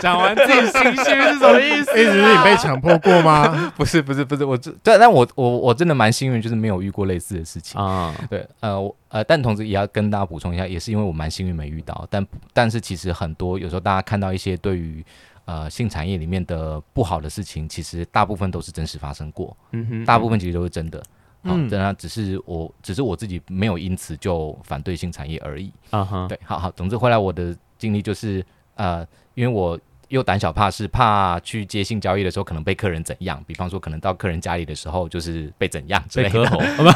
S3: 讲完自己心虚是什 么意思？啊
S1: 意思是你被强迫过 吗？
S4: 不是不是不是，我这但但我我我真的蛮幸运，就是没有遇过类似的事情。
S3: 啊，
S4: 对，呃，我呃，但同时也要跟大家补充一下，也是因为我蛮幸运没遇到，但但是其实很多有时候大家看到一些对于呃性产业里面的不好的事情，其实大部分都是真实发生过，
S3: 嗯哼，
S4: 大部分其实都是真的。好、
S1: 嗯
S4: 当然只是我只是我自己没有因此就反对性产业而已。
S3: 啊哈，
S4: 对，好好，总之回来我的经历就是，呃，因为我又胆小怕事，怕去接性交易的时候可能被客人怎样，比方说可能到客人家里的时候就是被怎样之
S3: 被
S4: 类
S3: 割
S4: 的，
S3: 喉，啊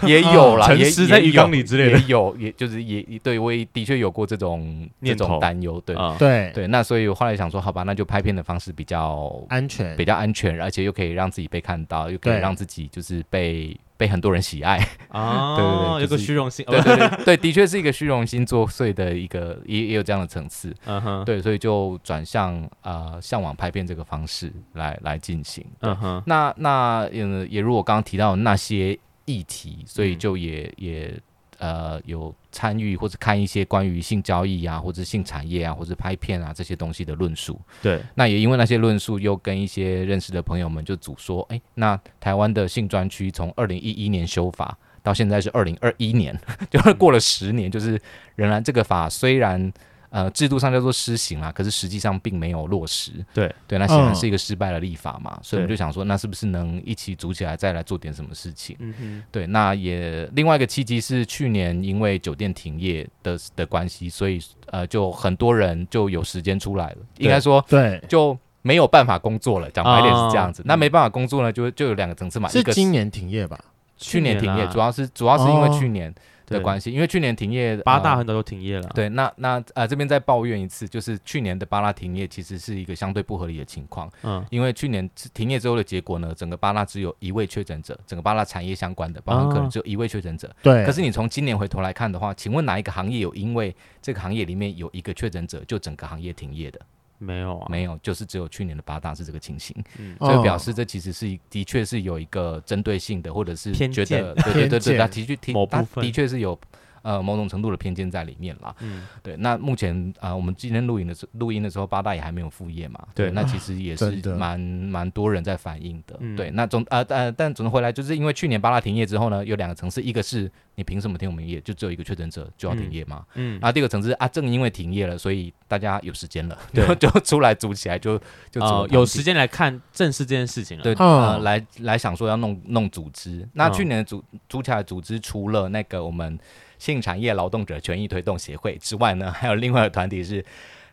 S3: 不
S4: 也有啦，
S3: 啊沉
S4: 也
S3: 尸在
S4: 也
S3: 浴
S4: 有
S3: 缸里之类的
S4: 也有，也就是也对我也的确有过这种这
S3: 念头
S4: 种担忧，对、
S3: 啊
S1: 对，
S4: 对，那所以我后来想说，好吧，那就拍片的方式比较
S3: 哎
S1: 安全
S4: 比较安全，而且又可以让自己被看到，又可以
S1: 对
S4: 让自己就是被被很多人喜爱，
S3: 啊，
S4: 对对对
S3: 有
S4: 就
S3: 个
S4: 是
S3: 虚荣心，
S4: 对
S3: 哦
S4: 对对对，的确是一个虚荣心作祟的一个，也也有这样的层次。
S3: 嗯哼，
S4: 对，所以就转向呃向往拍片这个方式来来进行。
S3: 嗯哼，
S4: 那那呃也也如我刚刚提到的那些议题，所以
S3: 嗯
S4: 就也、也呃有参与或者看一些关于性交易啊，或者性产业啊，或者拍片啊这些东西的论述。
S3: 对，
S4: 那也因为那些论述，又跟一些认识的朋友们就组说，哎，那台湾的性专区从二零一一年修法到现在是二零二一年， 就是过了十年，就是仍然这个法虽然呃制度上叫做施行啦，可是实际上并没有落实。
S3: 对
S4: 对，那显然
S1: 嗯
S4: 是一个失败的立法嘛，所以我们
S3: 对
S4: 就想说，那是不是能一起组起来再来做点什么事情？
S3: 嗯哼，
S4: 对，那也另外一个契机是去年因为酒店停业的的关系，所以呃就很多人就有时间出来了，应该说。
S1: 对，
S4: 就没有办法工作了。讲白一点是这样子，
S3: 哦
S4: 那没办法工作呢，就就有两个层次嘛，
S1: 是
S4: 一个
S1: 今年啊停业吧？
S4: 去年停业，
S3: 啦
S4: 主要是主要是因为
S1: 哦
S4: 去年的
S3: 对
S4: 关系，因为去年停业
S3: 八大
S4: 呃
S3: 很早就停业了，
S4: 对，那那呃这边再抱怨一次，就是去年的八大停业其实是一个相对不合理的情况，
S3: 嗯，
S4: 因为去年停业之后的结果呢，整个八大只有一位确诊者，整个八大产业相关的，包含可能
S3: 哦
S4: 只有一位确诊者，
S1: 对，
S4: 可是你从今年回头来看的话，请问哪一个行业有因为这个行业里面有一个确诊者就整个行业停业的？
S3: 没有啊，
S4: 没有，就是只有去年的八大是这个情形。
S3: 嗯
S1: 哦
S4: 所以表示这其实是一的确是有一个针对性的，或者是
S3: 偏
S4: 觉
S3: 见
S4: 得对对对
S1: 偏
S4: 对，
S1: 见
S4: 他的确
S3: 某
S4: 他
S3: 部分
S4: 的确是有呃某种程度的偏见在里面啦。
S3: 嗯，
S4: 对，那目前啊、呃我们今天录影的时录音的时候，八大也还没有副业嘛。
S3: 对
S4: 那其实 也是
S1: 真的
S4: 蛮蛮多人在反映的。
S3: 嗯
S4: 对，那总呃呃，但总的回来，就是因为去年八大停业之后呢，有两个层次，一个是你凭什么停我们业？就只有一个确诊者就要停业吗？
S3: 嗯
S4: 然后第二个层次啊，正因为停业了，所以大家有时间了，然 后就出来组起来就就组、
S3: 呃，有时。间来看正视这件事情啊了。
S4: 对，
S1: 哦
S4: 呃，来来想说要弄弄组织。那去年的组组起来的组织，除了那个我们性产业劳动者权益推动协会之外呢，还有另外的团体是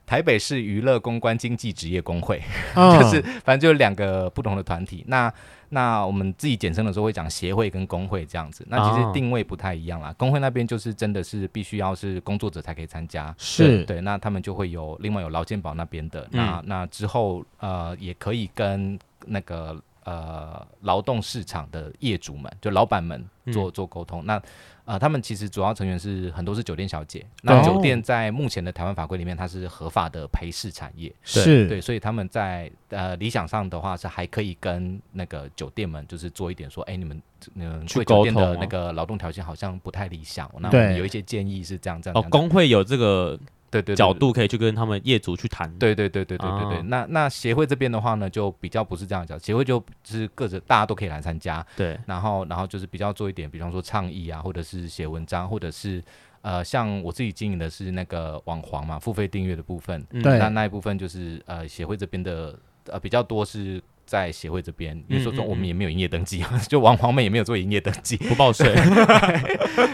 S4: 台北市娱乐公关经济职业工会，
S1: 嗯
S4: 就是反正就有两个不同的团体。那那我们自己简称的时候会讲协会跟工会这样子，那其
S3: 哦
S4: 实定位不太一样啦。工会那边就是真的是必须要是工作者才可以参加，
S1: 是
S4: 对，那他们就会有另外有劳健保那边的，
S3: 嗯
S4: 那那之后呃也可以跟那个呃劳动市场的业主们，就老板们
S3: 嗯
S4: 做做沟通。那呃他们其实主要成员是很多是酒店小姐，那
S1: 哦
S4: 酒店在目前的台湾法规里面它是合法的陪侍产业，对，
S1: 是，
S4: 所以他们在呃理想上的话是还可以跟那个酒店们就是做一点说，哎、你们你们
S3: 去
S4: 贵酒店
S3: 沟通
S4: 的
S3: 哦
S4: 那个劳动条件好像不太理想，那我
S1: 对
S4: 们有一些建议是这样这样
S3: 哦，
S4: 这样这
S3: 工
S4: 样
S3: 会有这个
S4: 对对对
S3: 角
S4: 对
S3: 度可以去跟他们业主去谈。，
S4: 对对对对对对对，
S3: 哦
S4: 那那协会这边的话呢，就比较不是这样讲，协会就是各自大家都可以来参加，
S3: 对，
S4: 然后然后就是比较做一点，比方说倡议啊，或者是写文章，或者是呃，像我自己经营的是那个网黄嘛，付费订阅的部分，
S3: 嗯
S1: 对
S4: 那那一部分就是呃协会这边的呃比较多是。在协会这边，因为说
S3: 嗯
S4: 说
S3: 嗯
S4: 我们也没有营业登记，啊 就网黄们也没有做营业登记，
S3: 不报 税。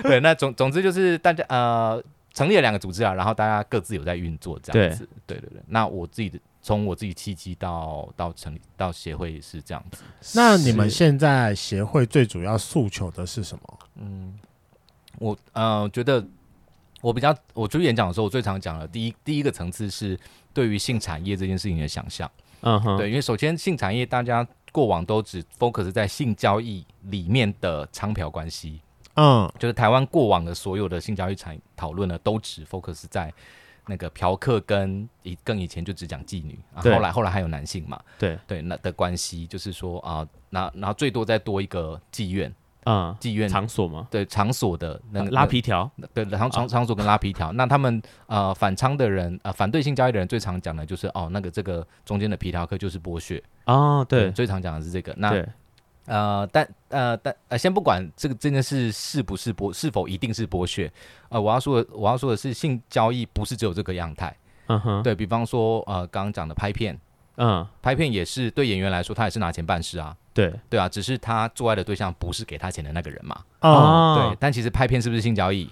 S4: 对，那总总之就是大家呃成立了两个组织啊，然后大家各自有在运作这样子。对对对那我自己的从我自己契机到到成立到协会是这样子。
S1: 那你们
S3: 是
S1: 现在协会最主要诉求的是什么？
S4: 我呃觉得我比较我出去演讲的时候，我最常讲的第一第一个层次是对于性产业这件事情的想象。
S3: 嗯哼，
S4: 对，因为首先性产业大家过往都只 focus 在性交易里面的娼嫖关系。
S1: 嗯，
S4: 就是台湾过往的所有的性教育产讨论呢，都只 focus 在那个嫖客跟以更以前就只讲妓女，啊、
S3: 对
S4: 后来后来还有男性嘛，
S3: 对，
S4: 对那的关系就是说啊，那然后最多再多一个妓院，
S3: 嗯，
S4: 妓院
S3: 场所吗？
S4: 对场所的那个
S3: 拉。皮啊条，
S4: 那对，然后场场所跟拉皮条，那他们呃反娼的人，呃反对性交易的人最常讲的就是哦，那个这个中间的皮条客就是剥削，
S3: 哦，对
S4: 最常讲的是这个。那
S3: 对，
S4: 呃，但呃，但呃，先不管这个这件事是不是剥，是否一定是剥削，呃，我要说的，我要说的是，性交易不是只有这个样态。
S3: 嗯哼，，
S4: 对比方说，呃，刚刚讲的拍片，
S3: 嗯，
S4: 拍片也是对演员来说，他也是拿钱办事啊，
S3: 对，
S4: 对啊，只是他做爱的对象不是给他钱的那个人嘛。
S1: 哦，
S3: 啊
S4: 对，但其实拍片是不是性交易？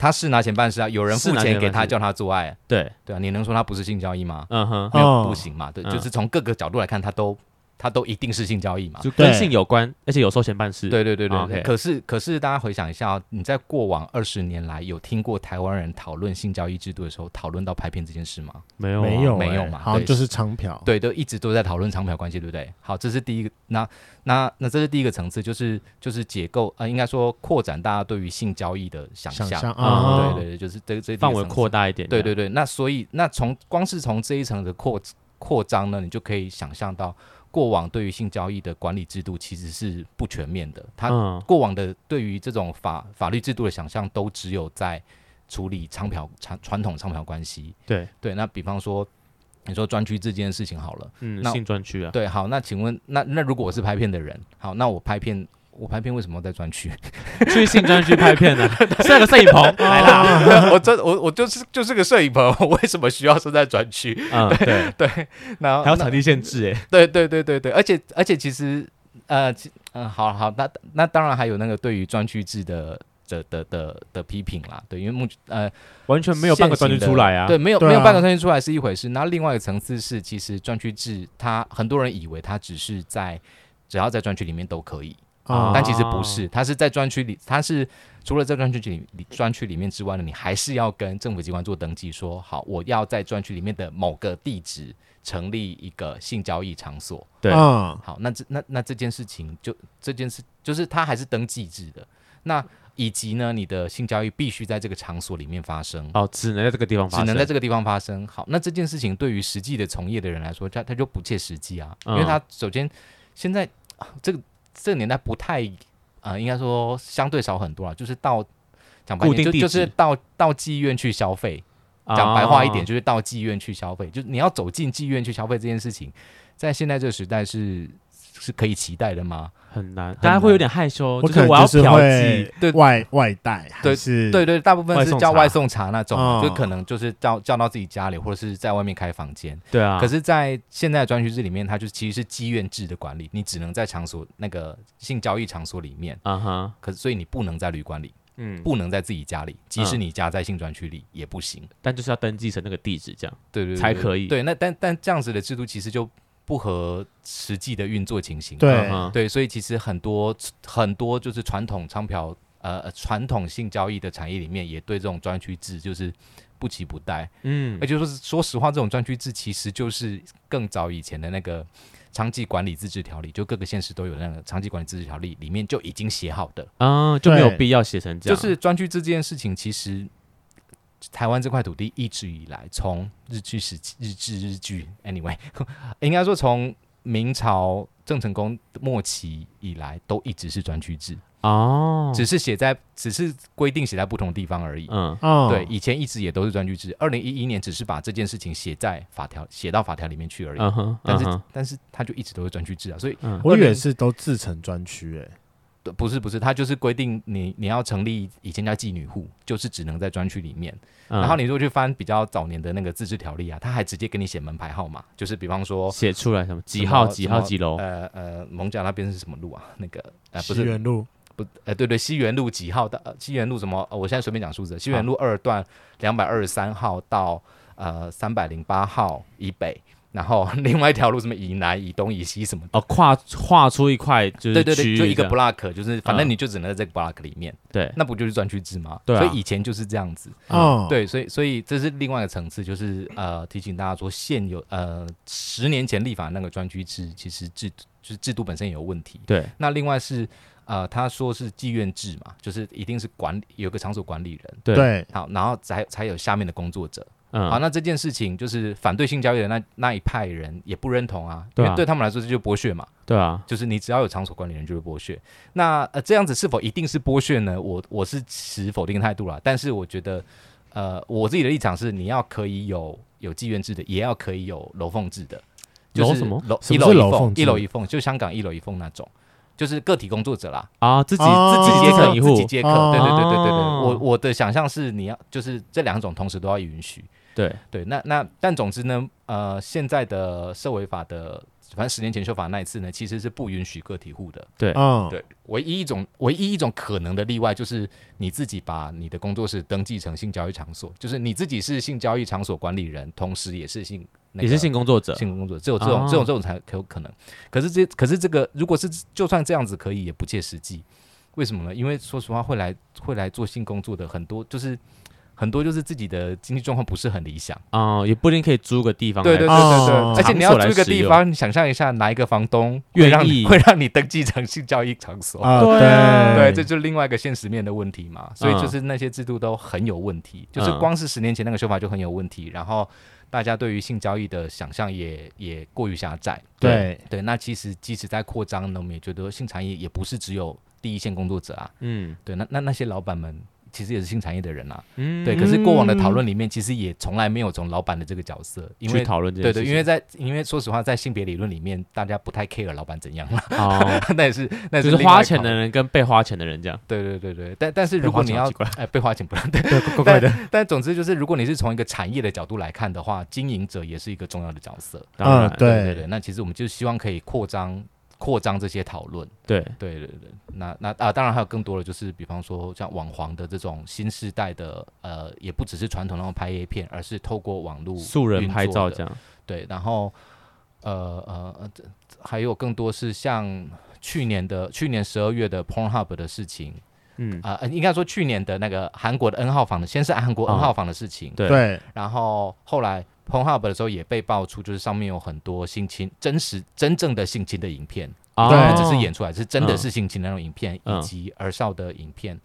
S4: 他是拿钱办事啊，有人
S3: 是
S4: 付
S3: 拿钱
S4: 钱给
S3: 办
S4: 他
S3: 事
S4: 叫他做爱，
S3: 对，
S4: 对啊，你能说他不是性交易吗？
S3: 嗯哼，
S4: 没有
S1: 哦
S4: 不行嘛，对，
S3: 嗯
S4: 就是从各个角度来看，他都他都一定是性交易嘛。
S3: 就跟
S1: 对
S3: 性有关，而且有收钱办事。
S4: 对对对对
S3: 啊
S4: 对。
S3: ，OK
S4: 可是可是，大家回想一下、哦，你在过往二十年来有听过台湾人讨论性交易制度的时候，讨论到拍片这件事吗？
S3: 没有啊，
S1: 没有
S4: 没有
S1: 欸
S4: 嘛
S1: 好像
S4: 对
S1: 就是长
S3: 哦
S1: 嫖，
S4: 对，都一直都在讨论长嫖关系，对不对？好，这是第一个。那那那这是第一个层次，就是就是解构，呃，应该说扩展大家对于性交易的想
S1: 想
S4: 象。
S1: 象
S3: 啊
S1: 啊，
S4: 嗯对对对，就是这这
S3: 范围扩
S4: 大。
S3: 大一点。
S4: 对
S3: 这
S4: 对
S3: 样，
S4: 对，那所以那从光是从这一层的扩扩张呢，你就可以想象到过往对于性交易的管理制度其实是不全面的，它
S3: 嗯，
S4: 过往的对于这种法法律制度的想象，都只有在处理娼嫖传传统娼嫖关系。
S3: 对，
S4: 对，那比方说，你说专区这件事情好了，
S3: 嗯，
S4: 那
S3: 性专区啊，
S4: 对，好，那请问，那那如果我是拍片的人，好，那我拍片，我拍片为什么要在专区？
S3: 去性专区拍 片呢，设个摄影棚来啦。
S4: 我这我我就是就是个摄影棚，我为什么需要是在专区？
S3: 嗯，对，
S4: 对，然后
S3: 还有
S4: 那
S3: 场地限制哎。
S4: 对对对对对，而且而且其实呃，其嗯、好好，那那当然还有那个对于专区制的的的的的批评啦，对，因为目呃
S3: 完全没有半个专区出来啊。
S4: 对，，没有、
S1: 对啊
S4: 没有半个专区出来是一回事。那另外一个层次是，其实专区制，它很多人以为它只是在只要在专区里面都可以，
S1: 啊，
S4: 但其实不是，它是在专区里，它是除了在专区里里专区里面之外呢，你还是要跟政府机关做登记说，好，我要在专区里面的某个地址成立一个性交易场所。
S3: 对
S1: 嗯
S4: 好，那这那那这件事情就这件事就是它还是登记制的，那以及呢，你的性交易必须在这个场所里面发生。
S3: 哦，只能在这个地方发生，
S4: 只能在这个地方发生。好，那这件事情对于实际的从业的人来说，他他就不切实际啊，因为
S3: 嗯
S4: 他首先现在、啊这个这个年代不太啊、呃应该说相对少很多啊，就是到讲白一
S3: 固定
S4: 点
S3: 地
S4: 就
S3: 址啊
S4: 就是到到妓院去消费，
S3: 哦
S4: 讲白话一点，就是到妓院去消费，就是你要走进妓院去消费这件事情，在现在这个时代是是可以期待的吗？
S3: 很难，
S4: 难
S3: 大家会有点害羞，
S1: 我
S3: 是
S1: 可
S3: 我
S1: 能
S3: 要
S1: 是
S3: 嫖妓，
S4: 对
S1: 会外外带，还
S4: 对
S1: 是
S4: 对对，大部分
S3: 外
S4: 是
S3: 送
S4: 叫
S3: 茶嗯
S4: 外送茶那种，
S1: 哦
S4: 就可能就是叫叫到自己家里，或者是在外面开房间。
S3: 对啊。
S4: 可是，在现在的专区制里面，它就其实是妓院制的管理，你只能在场所那个性交易场所里面，
S3: 啊哈，
S4: 可是所以你不能在旅馆里，
S3: 嗯，
S4: 不能在自己家里，即使你家在性专区里也不行。
S3: 但就是要登记成那个地址这样。
S4: 对对对
S3: 嗯才可以
S4: 对，那但但这样子的制度其实就不合实际的运作情形。
S1: 对
S3: 嗯哼
S4: 对，所以其实很多很多就是传统娼嫖呃传统性交易的产业里面，也对这种专区制就是不期不待。
S3: 嗯
S4: 也，就是说，说实话，这种专区制其实就是更早以前的那个娼妓管理自治条例，就各个县市都有那个娼妓管理自治条例里面就已经写好的。
S3: 啊，就没有
S1: 对
S3: 必要写成这
S4: 就
S3: 样。
S4: 是专区制这件事情，其实台湾这块土地一直以来，从日据时期、日治日据，anyway，应 该说从明朝郑成功末期以来，都一直是专区制，
S3: 哦，
S4: 只是写在只是规定写在不同地方而已。
S3: 嗯
S1: 哦，
S4: 对，以前一直也都是专区制，二零一一年只是把这件事情写在法条，写到法条里面去而已。
S3: 嗯哼，
S4: 但是、
S3: 嗯哼
S4: 但是他就一直都是专区制啊，所以
S3: 嗯
S1: 我以为是都自成专区欸诶。
S4: 对不是不是，他就是规定你你要成立以前叫妓女户，就是只能在专区里面。
S3: 嗯
S4: 然后你如果去翻比较早年的那个自治条例啊，他还直接给你写门牌号码，就是比方说，
S3: 写出来什么几
S4: 哦什
S3: 号
S4: 么
S3: 几
S4: 什
S3: 号
S4: 么
S3: 几楼？
S4: 呃呃，蒙甲那边是什么路啊？那个呃不
S1: 西
S4: 是
S1: 园路
S4: 不呃对对，西园路几号到、呃、西园路什么、呃我现在随便讲数字，西园路二段两百二十三号到呃三百零八号以北，然后 另外一条路什么以南、以东、以西什么的。
S3: 哦，跨画出一块就是
S4: 对对对，
S3: 区
S4: 就
S3: 域
S4: 一个
S3: 这样
S4: block，就是反正
S3: 嗯
S4: 你就只能在这个 block 里面，
S3: 对，
S4: 那不就是专区制吗？
S3: 对啊嗯
S4: 所以以前就是这样子。
S1: 哦，
S4: 嗯对，所以所以这是另外一个层次，就是呃提醒大家说，现有呃十年前立法那个专区制，其实制就是制度本身也有问题。
S3: 对，
S4: 那另外是呃他说是妓院制嘛，就是一定是管理有个场所管理人，
S3: 对
S1: 对
S4: 好，然后才才有下面的工作者。好，
S3: 嗯，
S4: 那这件事情就是反对性交易的那那一派人也不认同啊，
S3: 对啊
S4: 因为对他们来说这就是剥削嘛，
S3: 对啊，
S4: 就是你只要有场所管理人就是剥削。那呃，这样子是否一定是剥削呢？我我是持否定态度啦，但是我觉得，呃，我自己的立场是，你要可以有有妓院制的，也要可以有楼凤制的，就是
S3: 楼什么
S4: 楼
S1: 什
S4: 一
S1: 么
S4: 楼
S1: 是
S4: 一
S1: 楼
S4: 凤
S1: 凤，制
S4: 一楼一凤，就香港一楼一凤那种，就是个体工作者啦，
S3: 啊，自己
S1: 哦
S3: 自己
S4: 接
S3: 接成
S4: 客
S3: 一
S4: 自己
S3: 户，
S4: 接客，
S1: 哦
S4: 对对对对对对，我
S3: 哦
S4: 我的想象是你要就是这两种同时都要允许，
S3: 对，
S4: 对，那那但总之呢，呃，现在的社会法的，反正十年前修法那一次呢，其实是不允许个体户的。
S3: 对
S1: 嗯，
S4: 对，唯一一种唯一一种可能的例外就是你自己把你的工作室登记成性交易场所，就是你自己是性交易场所管理人，同时也是性、那
S3: 也
S4: 个
S3: 是性工作者，
S4: 性工作者，只有这种、
S3: 哦
S4: 这种这种才有可能。可是这可是这个，如果是就算这样子可以，也不切实际。为什么呢？因为说实话，会来会来做性工作的很多，就是很多就是自己的经济状况不是很理想。
S3: 哦，也不一定可以租个地方来
S4: 对对对
S1: 来
S4: 对对，
S1: 哦
S4: 而且你要
S3: 场所来
S4: 租一个
S3: 使
S4: 地
S3: 用
S4: 方，你想象一下，哪一个房东会
S3: 愿
S4: 让你
S3: 意
S4: 会让你登记成性交易场所？
S1: 啊
S3: 对啊
S4: 对，这就是另外一个现实面的问题嘛。所以
S3: 嗯
S4: 就是那些制度都很有问题，就是
S3: 嗯
S4: 光是十年前那个修法就很有问题，然后大家对于性交易的想象也也过于狭窄。
S1: 对
S4: 对，那其实即使在扩张呢，我们也觉得性产业也不是只有第一线工作者啊。
S3: 嗯
S4: 对，那那那些老板们。其实也是性产业的人啊，
S3: 嗯，
S4: 对。可是过往的讨论里面，其实也从来没有从老板的这个角色，因为
S3: 去讨论这
S4: 对
S3: 件
S4: 对，
S3: 事情
S4: 因为在因为说实话，在性别理论里面，大家不太 care 老板怎样 了，
S3: 哦，
S4: 那也是那也
S3: 就是
S4: 另外
S3: 花
S4: 一
S3: 钱
S4: 考
S3: 的人跟被花钱的人这样，
S4: 对对对对，但但是
S1: 被
S4: 如果
S1: 花
S4: 你
S1: 钱好
S4: 要
S1: 奇怪
S4: 哎被花钱不 让，对，
S1: 对，怪怪的，
S4: 但总之就是如果你是从一个产业的角度来看的话，经营者也是一个重要的角色。
S3: 当然
S1: 嗯，对
S4: 对对，那其实我们就希望可以扩张扩张这些讨论。
S3: 对，
S4: 对对对，那那啊，当然还有更多的就是，比方说像网黄的这种新时代的呃，也不只是传统那种拍 A 片，而是透过网络
S3: 素人
S4: 运
S3: 拍
S4: 作
S3: 照
S4: 的
S3: 这样，
S4: 对，然后呃呃呃，这还有更多是像去年的去年十二月的 Pornhub 的事情
S3: 嗯，
S4: 啊、呃应该说去年的那个韩国的 N 号房的，先是韩国
S3: 哦
S4: N 号房的事情，
S3: 对
S1: 对
S4: 然后后来 Pornhub 的时候也被爆出，就是上面有很多性侵真实真正的性侵的影片，
S3: 哦
S4: 只是演出来，是真的
S3: 嗯
S4: 是性侵的那种影片，以
S3: 嗯
S4: 及儿少的影片。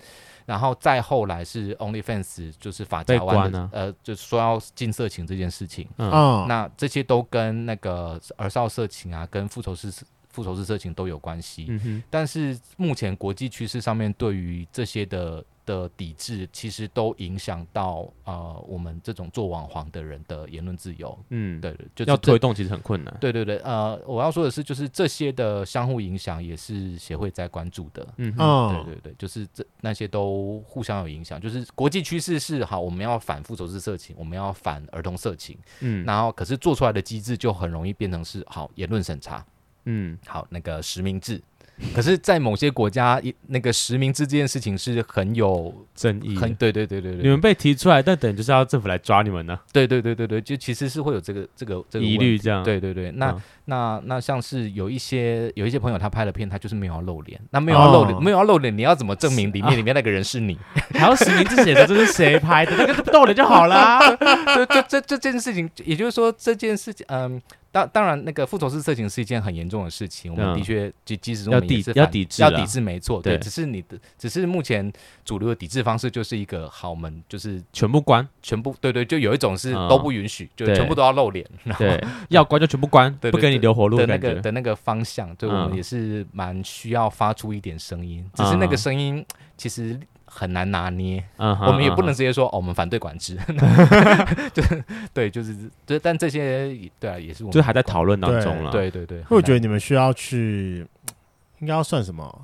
S4: 然后再后来是 OnlyFans，就是法
S3: 被
S4: 家湾
S3: 关
S4: 的
S3: 啊，
S4: 呃，就说要禁色情这件事情，
S3: 嗯
S1: 嗯，
S4: 啊那这些都跟那个儿少色情啊，跟复仇式复仇式色情都有关系。
S3: 嗯哼，
S4: 但是目前国际趋势上面对于这些的的抵制，其实都影响到呃我们这种做网黄的人的言论自由。
S3: 嗯，，
S4: 对，就是
S3: 要
S4: 这
S3: 推动其实很困难。
S4: 对对对，呃，我要说的是，就是这些的相互影响也是协会在关注的。
S3: 嗯哼，
S1: 嗯，
S4: 对对对，就是这那些都互相有影响。就是国际趋势是好，我们要反复仇式色情，我们要反儿童色情，
S3: 嗯，
S4: 然后可是做出来的机制就很容易变成是好言论审查，
S3: 嗯，
S4: 好那个实名制。可是，在某些国家，一那个实名制这件事情是很有
S3: 正义，
S4: 很对对对对
S3: 你
S4: 对
S3: 们被提出来，但等于就是要政府来抓你们呢，
S4: 对对对对对，就其实是会有这个这个这个
S3: 疑
S4: 问
S3: 虑这样。，
S4: 对对对，那、
S3: 嗯
S4: 那那像是有一些有一些朋友他拍了片，他就是没有要露脸，那没有要露脸，
S1: 哦
S4: 没有要露脸，你要怎么证明里 面里面那个人是你？
S3: 还要实名制写的这是谁拍的，那个逗脸就好啊啦。
S4: 这这这这件事情，也就是说这件事情，嗯。当当然，那个复仇式色情是一件很严重的事情，我们
S3: 嗯
S4: 的确，即即使
S3: 要
S4: 我们也
S3: 抵
S4: 是
S3: 要
S4: 反
S3: 抵制
S4: 要
S3: 啦
S4: 抵制，没错，对，
S3: 对
S4: 只是你的，只是目前主流的抵制方式就是一个好，我们就是
S3: 全部关，
S4: 全部，对对，就有一种是
S3: 嗯
S4: 都不允许，就
S3: 对
S4: 全部都要露脸，然后
S3: 对， 要关就全部关，
S4: 对对
S3: 不给你留活路
S4: 的
S3: 的
S4: 那
S3: 感
S4: 个
S3: 觉。嗯
S4: 的那个方向，对我们也是蛮需要发出一点声音，只是那个声音其实很难拿捏，
S3: 嗯哼，
S4: 我们也不能
S3: 嗯
S4: 直接说哦，我们反对管制， 就是对，就是就但这些对啊，也是
S3: 哼
S4: 我们
S3: 就是还在讨论当啊中了。，
S4: 对对对，
S1: 我
S4: 很
S1: 觉得
S4: 难
S1: 你们需要去，应该要算什么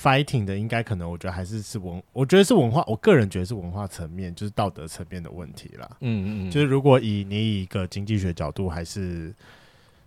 S1: fighting 的，应该可能我觉得还是是文，我觉得是文化，我个人觉得是文化层面，就是道德层面的问题啦。
S4: 嗯嗯嗯，
S1: 就是如果以你以一个经济学角度还是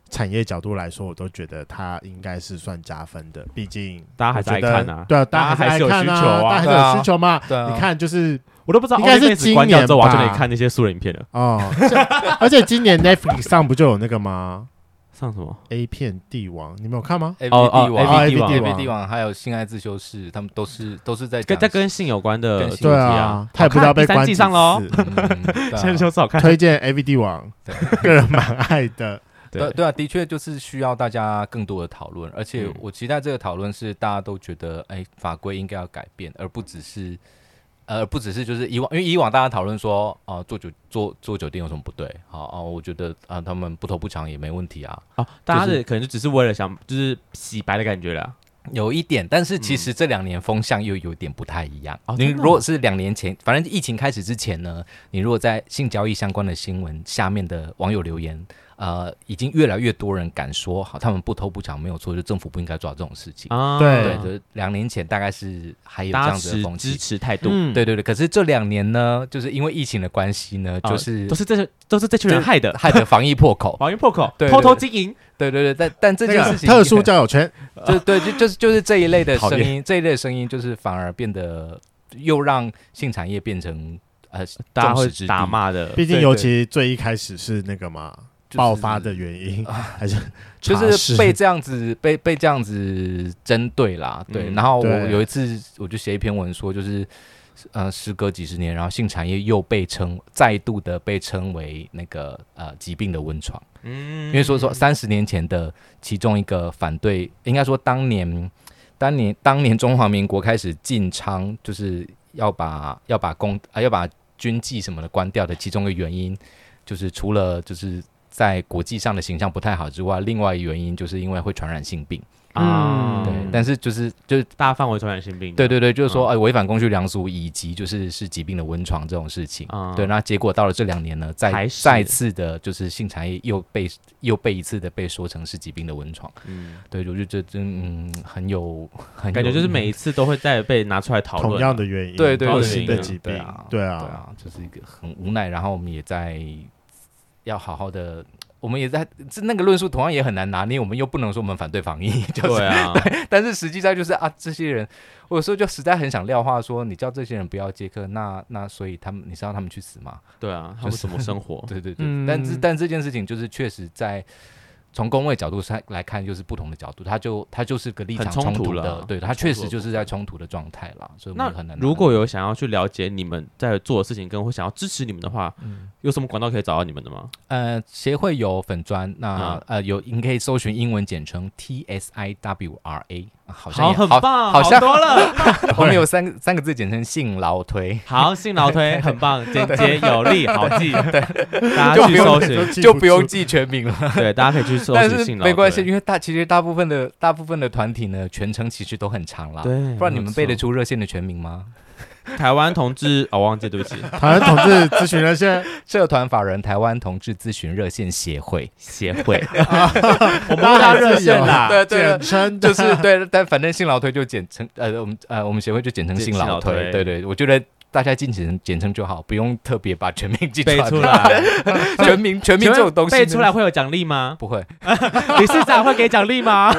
S1: 产业角度来说，我都觉得它应该是算加分的，毕竟
S3: 大家还是
S1: 我
S3: 爱
S1: 觉得
S3: 看啊。
S1: 对啊，
S3: 大家
S1: 家
S3: 还
S1: 还
S3: 是有
S1: 爱看
S3: 需求啊
S1: 大家还
S4: 对啊
S1: 是有需求嘛。
S4: 对啊
S1: 你看，就是
S3: 我都不知道，
S1: 应该是
S3: OnlyFans
S1: 今年
S3: 关掉之后，我就可以
S1: 吧
S3: 看那些素人影片了。
S1: 哦，这而且今年 Netflix 上不就有那个吗
S3: 上什么？
S1: ？A 片帝王，你们有看吗？
S4: A
S3: 哦
S4: B
S3: 哦
S4: D
S1: 哦
S4: 王
S1: AVD 王
S4: A B D 王还有性爱自修室，他们都是都是在
S3: 跟
S4: 讲
S3: 在跟性有关的
S4: 跟
S3: 主
S4: 性
S3: 题
S1: 对啊，他也不知道被
S3: 好看
S1: 关
S3: 第三季
S1: 几
S3: 上哦喽
S1: 次。
S4: 嗯嗯对啊
S3: 先说是好 看，
S1: 推荐 A V D 网
S4: 对，
S1: 个人蛮爱的。
S4: 对对啊，的确就是需要大家更多的讨论，而且
S3: 嗯
S4: 我期待这个讨论是大家都觉得，哎，法规应该要改变，而不只是，呃，而不只是就是以往，因为以往大家讨论说，哦、做酒做做酒店有什么不对？好啊、我觉得啊、他们不投不抢也没问题啊，
S3: 哦，大家
S4: 就是
S3: 的可能就只是为了想就是洗白的感觉啦。
S4: 有一点，但是其实这两年风向又有点不太一样。
S3: 嗯哦
S4: 你
S3: 真的哦
S4: 如果是两年前，反正疫情开始之前呢，你如果在性交易相关的新闻下面的网友留言，呃，已经越来越多人敢说，好，他们不偷不抢没有错，就政府不应该抓这种事情。
S3: 啊，
S1: 对
S4: 对，就是两年前大概是还有这
S3: 大
S4: 样
S3: 家
S4: 子的
S3: 持
S4: 风
S3: 支
S4: 气。
S3: 持态度，
S1: 嗯，
S4: 对对对，可是这两年呢，就是因为疫情的关系呢，
S3: 啊
S4: 就是
S3: 都是这些都是这群人害的，
S4: 害得防疫破 口。
S3: 防御破口，
S4: 对对
S3: 偷偷经营，
S4: 对对对，但 但这
S1: 那
S4: 件
S3: 啊
S1: 个
S4: 事情
S1: 特殊交友 圈，
S4: 对对，就就是就是这一类的
S3: 讨
S4: 声
S3: 厌
S4: 音，这一类的声音就是反而变得又让性产业变成呃
S3: 大家
S4: 众
S3: 会
S4: 矢之的
S3: 打骂的。
S1: 毕竟
S4: 对
S1: 尤
S4: 对
S1: 其最一开始是那个嘛
S4: 就是
S1: 爆发的原因，还是
S4: 就
S1: 茶
S4: 是
S1: 室
S4: 被这样子被被这样子针对啦。对，
S3: 嗯
S4: 然后我
S1: 对
S4: 有一次我就写一篇文说，就是呃时隔几十年，然后性产业又被称再度的被称为那个呃疾病的温床。
S3: 嗯
S4: 因为说说三十年前的其中一个反对，应该说当年当年当年中华民国开始禁娼，就是要把要把公啊、要把军纪什么的关掉的其中一个原因，就是除了就是在国际上的形象不太好之外，另外一个原因就是因为会传染性病。
S3: 啊，
S1: 嗯
S4: 对，但是就是就是
S3: 大范围传染性病，
S4: 对对对，就是说哎违反公序良俗以及就是是疾病的温床这种事情。
S3: 啊，
S4: 对，那结果到了这两年呢，
S3: 还
S4: 再
S3: 是
S4: 再次的，就是性产业又被又被一次的被说成是疾病的温床。
S3: 嗯，
S4: 对，我就觉得嗯很有很有嗯
S3: 感觉就是每一次都会再被拿出来讨论
S1: 同
S3: 啊，
S1: 样的原因，
S4: 对对
S1: 同
S3: 对
S1: 型
S3: 对
S1: 的疾
S4: 对
S1: 病
S4: 啊，
S1: 对
S4: 对
S1: 啊，
S4: 啊，就是一个很无奈，然后我们也在要好好的。我们也在这那个论述同样也很难拿捏，我们又不能说我们反对防疫， 就是，
S3: 对啊，
S4: 但是实际上就是啊，这些人，我有时候就实在很想撂话说，你叫这些人不要接客，那那所以他们，你是让他们去死吗？
S3: 对啊，他们怎么生 活？
S4: 对对对，
S1: 嗯
S4: 但是但这件事情就是确实在从工位角度上来看，就是不同的角度，它就它就是个立场
S3: 很冲
S4: 冲
S3: 突
S4: 突的
S3: 了，
S4: 对，它
S3: 很冲突
S4: 确
S3: 的
S4: 实
S3: 部
S4: 就是在冲突的状态啦，所以我
S3: 那
S4: 们很难拿捏。
S3: 如果有想要去了解你们在做的事情，跟会想要支持你们的话，
S4: 嗯
S3: 有什么管道可以找到你们的吗？
S4: 呃协会有粉砖，那、
S3: 啊
S4: 呃有你可以搜寻英文简称 T S I W R A 啊、好像
S3: 好，
S4: 也
S3: 很
S4: 好
S3: 棒，
S4: 好像
S3: 多了。
S4: 后面有三个三个字简称性劳推，
S3: 好，信劳推很棒，简洁有力，好 记。对，大
S4: 就
S3: 家
S4: 不
S3: 去
S4: 用
S3: 搜
S1: 都
S3: 寻，
S1: 记
S4: 就
S1: 住
S4: 不用记全名了。
S3: 对，大家可以去搜
S4: 但
S3: 寻
S4: 是
S3: 信劳推。
S4: 没关系，因为大其实大部分的大部分的团体呢，全称其实都很长啦。
S3: 对，
S4: 不然你
S3: 没
S4: 们
S3: 错
S4: 背得出热线的全名吗？
S3: 台湾同志？哦，忘记，对不起，
S1: 台湾统治咨询热线，
S4: 社团法人台湾同志咨询热线 协会，
S3: 协 会，
S1: 我
S3: 我们要热线啦。
S4: 对对
S1: 简称
S4: 就是对，但反正性劳推就简称呃，我们呃我们协会就简称
S3: 简
S4: 性劳
S3: 性劳
S4: 推。
S3: 推
S4: 对对，我觉得大家尽简简称就好，不用特别把全名 记
S3: 背
S4: 来
S3: 出来，
S4: 全名全名这种东西
S3: 背出来
S4: 呢
S3: 会有奖励 吗？
S4: 不会？
S3: 理事长会给奖励吗？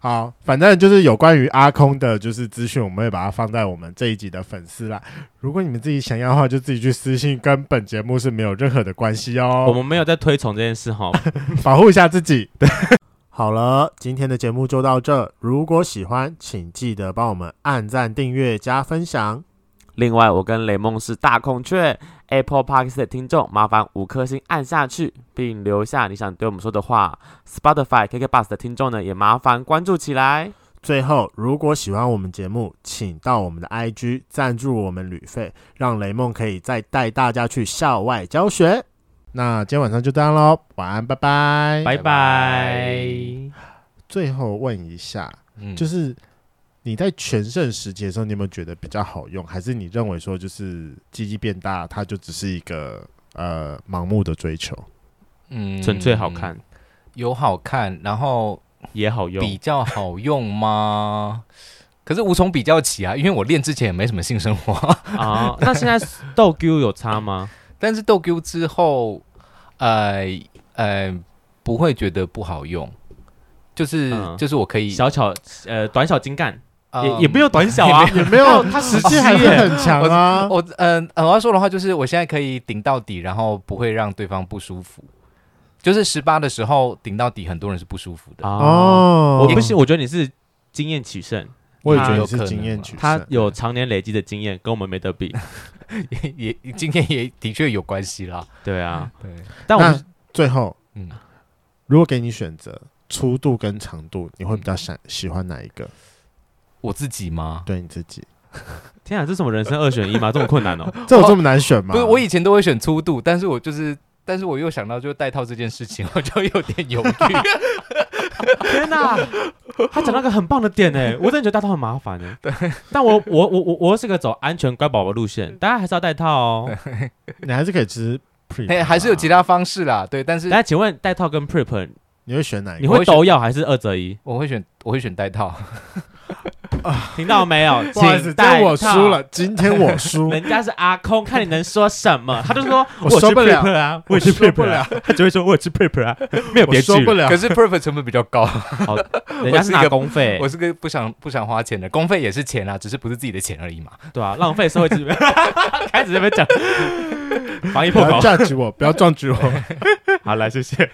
S1: 好，反正就是有关于阿空的，就是资讯，我们会把它放在我们这一集的粉丝啦。如果你们自己想要的话，就自己去私信，跟本节目是没有任何的关系
S3: 我
S1: 哦。
S3: 们没有在推崇这件事 哈。
S1: 保护一下自己。 好了，今天的节目就到这。如果喜欢，请记得帮我们按赞、订阅、加分享。
S2: 另外，我跟雷梦是大孔雀 Apple Park 的听众，麻烦五颗星按下去，并留下你想对我们说的话。Spotify KK Bus 的听众呢，也麻烦关注起来。
S1: 最后，如果喜欢我们节目，请到我们的 IG 赞助我们旅费，让雷梦可以再带大家去校外教学。那今天晚上就这样喽，晚安，拜拜。
S3: 拜拜。
S1: 最后问一下，
S4: 嗯，
S1: 就是你在全盛时期的时候，你有没有觉得比较好用？还是你认为说，就是鸡鸡变大，它就只是一个呃盲目的追求？
S3: 哦
S4: 嗯
S3: 纯粹好，看
S4: 有好看，然后
S3: 也好用，
S4: 比较好用吗？可是无从比较起啊，因为我练之前也没什么性生活，
S3: 啊，那现在豆 Q 有差吗？
S4: 但是斗 Q 之后，呃呃，不会觉得不好用，就是、
S3: 嗯
S4: 就是我可以
S3: 小巧呃短小精干，
S4: 呃
S3: 也也没有短小 啊，
S1: 也没有，它实际还是很强啊。
S4: 我嗯、呃，我要说的话就是，我现在可以顶到底，然后不会让对方不舒服。就是十八的时候顶到底，很多人是不舒服的。
S3: 哦，
S1: 哦
S3: 我不信，我觉得你是经验取胜，
S1: 我也
S3: 他
S1: 觉得
S4: 有
S1: 你是
S4: 可
S1: 经
S4: 能
S1: 验
S4: 吧
S1: 取胜。
S3: 他有常年累积的经验，跟我们没得比。
S4: 也今天也的确有关系啦。
S3: 对啊，
S4: 对，
S3: 但我
S1: 那
S3: 们
S1: 最后，
S4: 嗯，
S1: 如果给你选择粗度跟长度，你会比较想喜欢哪一个？
S4: 我自己吗？
S1: 对你自己，
S3: 天啊，这是什么人生二选一吗？这 么困难哦。
S1: 这有这么难选吗？
S4: 不是，我以前都会选粗度，但是我就是，但是我又想到就是带套这件事情，我就有 点犹豫。
S3: 天哪，他讲到一个很棒的点哎，我真的觉得戴套很麻烦哎。对，但我我我我我又是个走安全乖宝宝路线，大家还是要戴套哦。
S1: 你还是可以吃啊 pre，
S4: 哎，还是有其他方式啦。对，但是
S3: 大家请问戴套跟 prep
S1: 你哎会选哪一
S3: 你
S1: 个？
S3: 会都要还是二择一？
S4: 我会选，我会选带套。
S3: 听到没有？
S1: 不好意思，
S3: 请
S1: 今
S3: 戴
S1: 天我
S3: 套
S1: 输了，今天我 输，
S3: 人家是阿空，看你能说什么，他就说
S1: 我
S3: 是
S1: 受不了
S3: prepper 啊，
S1: 我
S3: 我也是
S1: 受不
S3: prepper 啊，他只会说我也是 prepper 啊， 没有
S1: 我
S3: 别句
S1: 受不
S3: 了，
S1: 了
S4: 可。是 perfect 成本比较高，
S3: 人家
S4: 我是
S3: 是
S4: 一个
S3: 拿公费
S4: 我，是个不想不想花钱的，公费也是钱啊，只是不是自己的钱而已嘛。
S3: 对啊，浪费社会资源， 开始这 边讲防疫
S1: 不
S3: 破
S1: 要
S3: 口，
S1: judge 我，不要撞击我。
S3: 好来谢谢。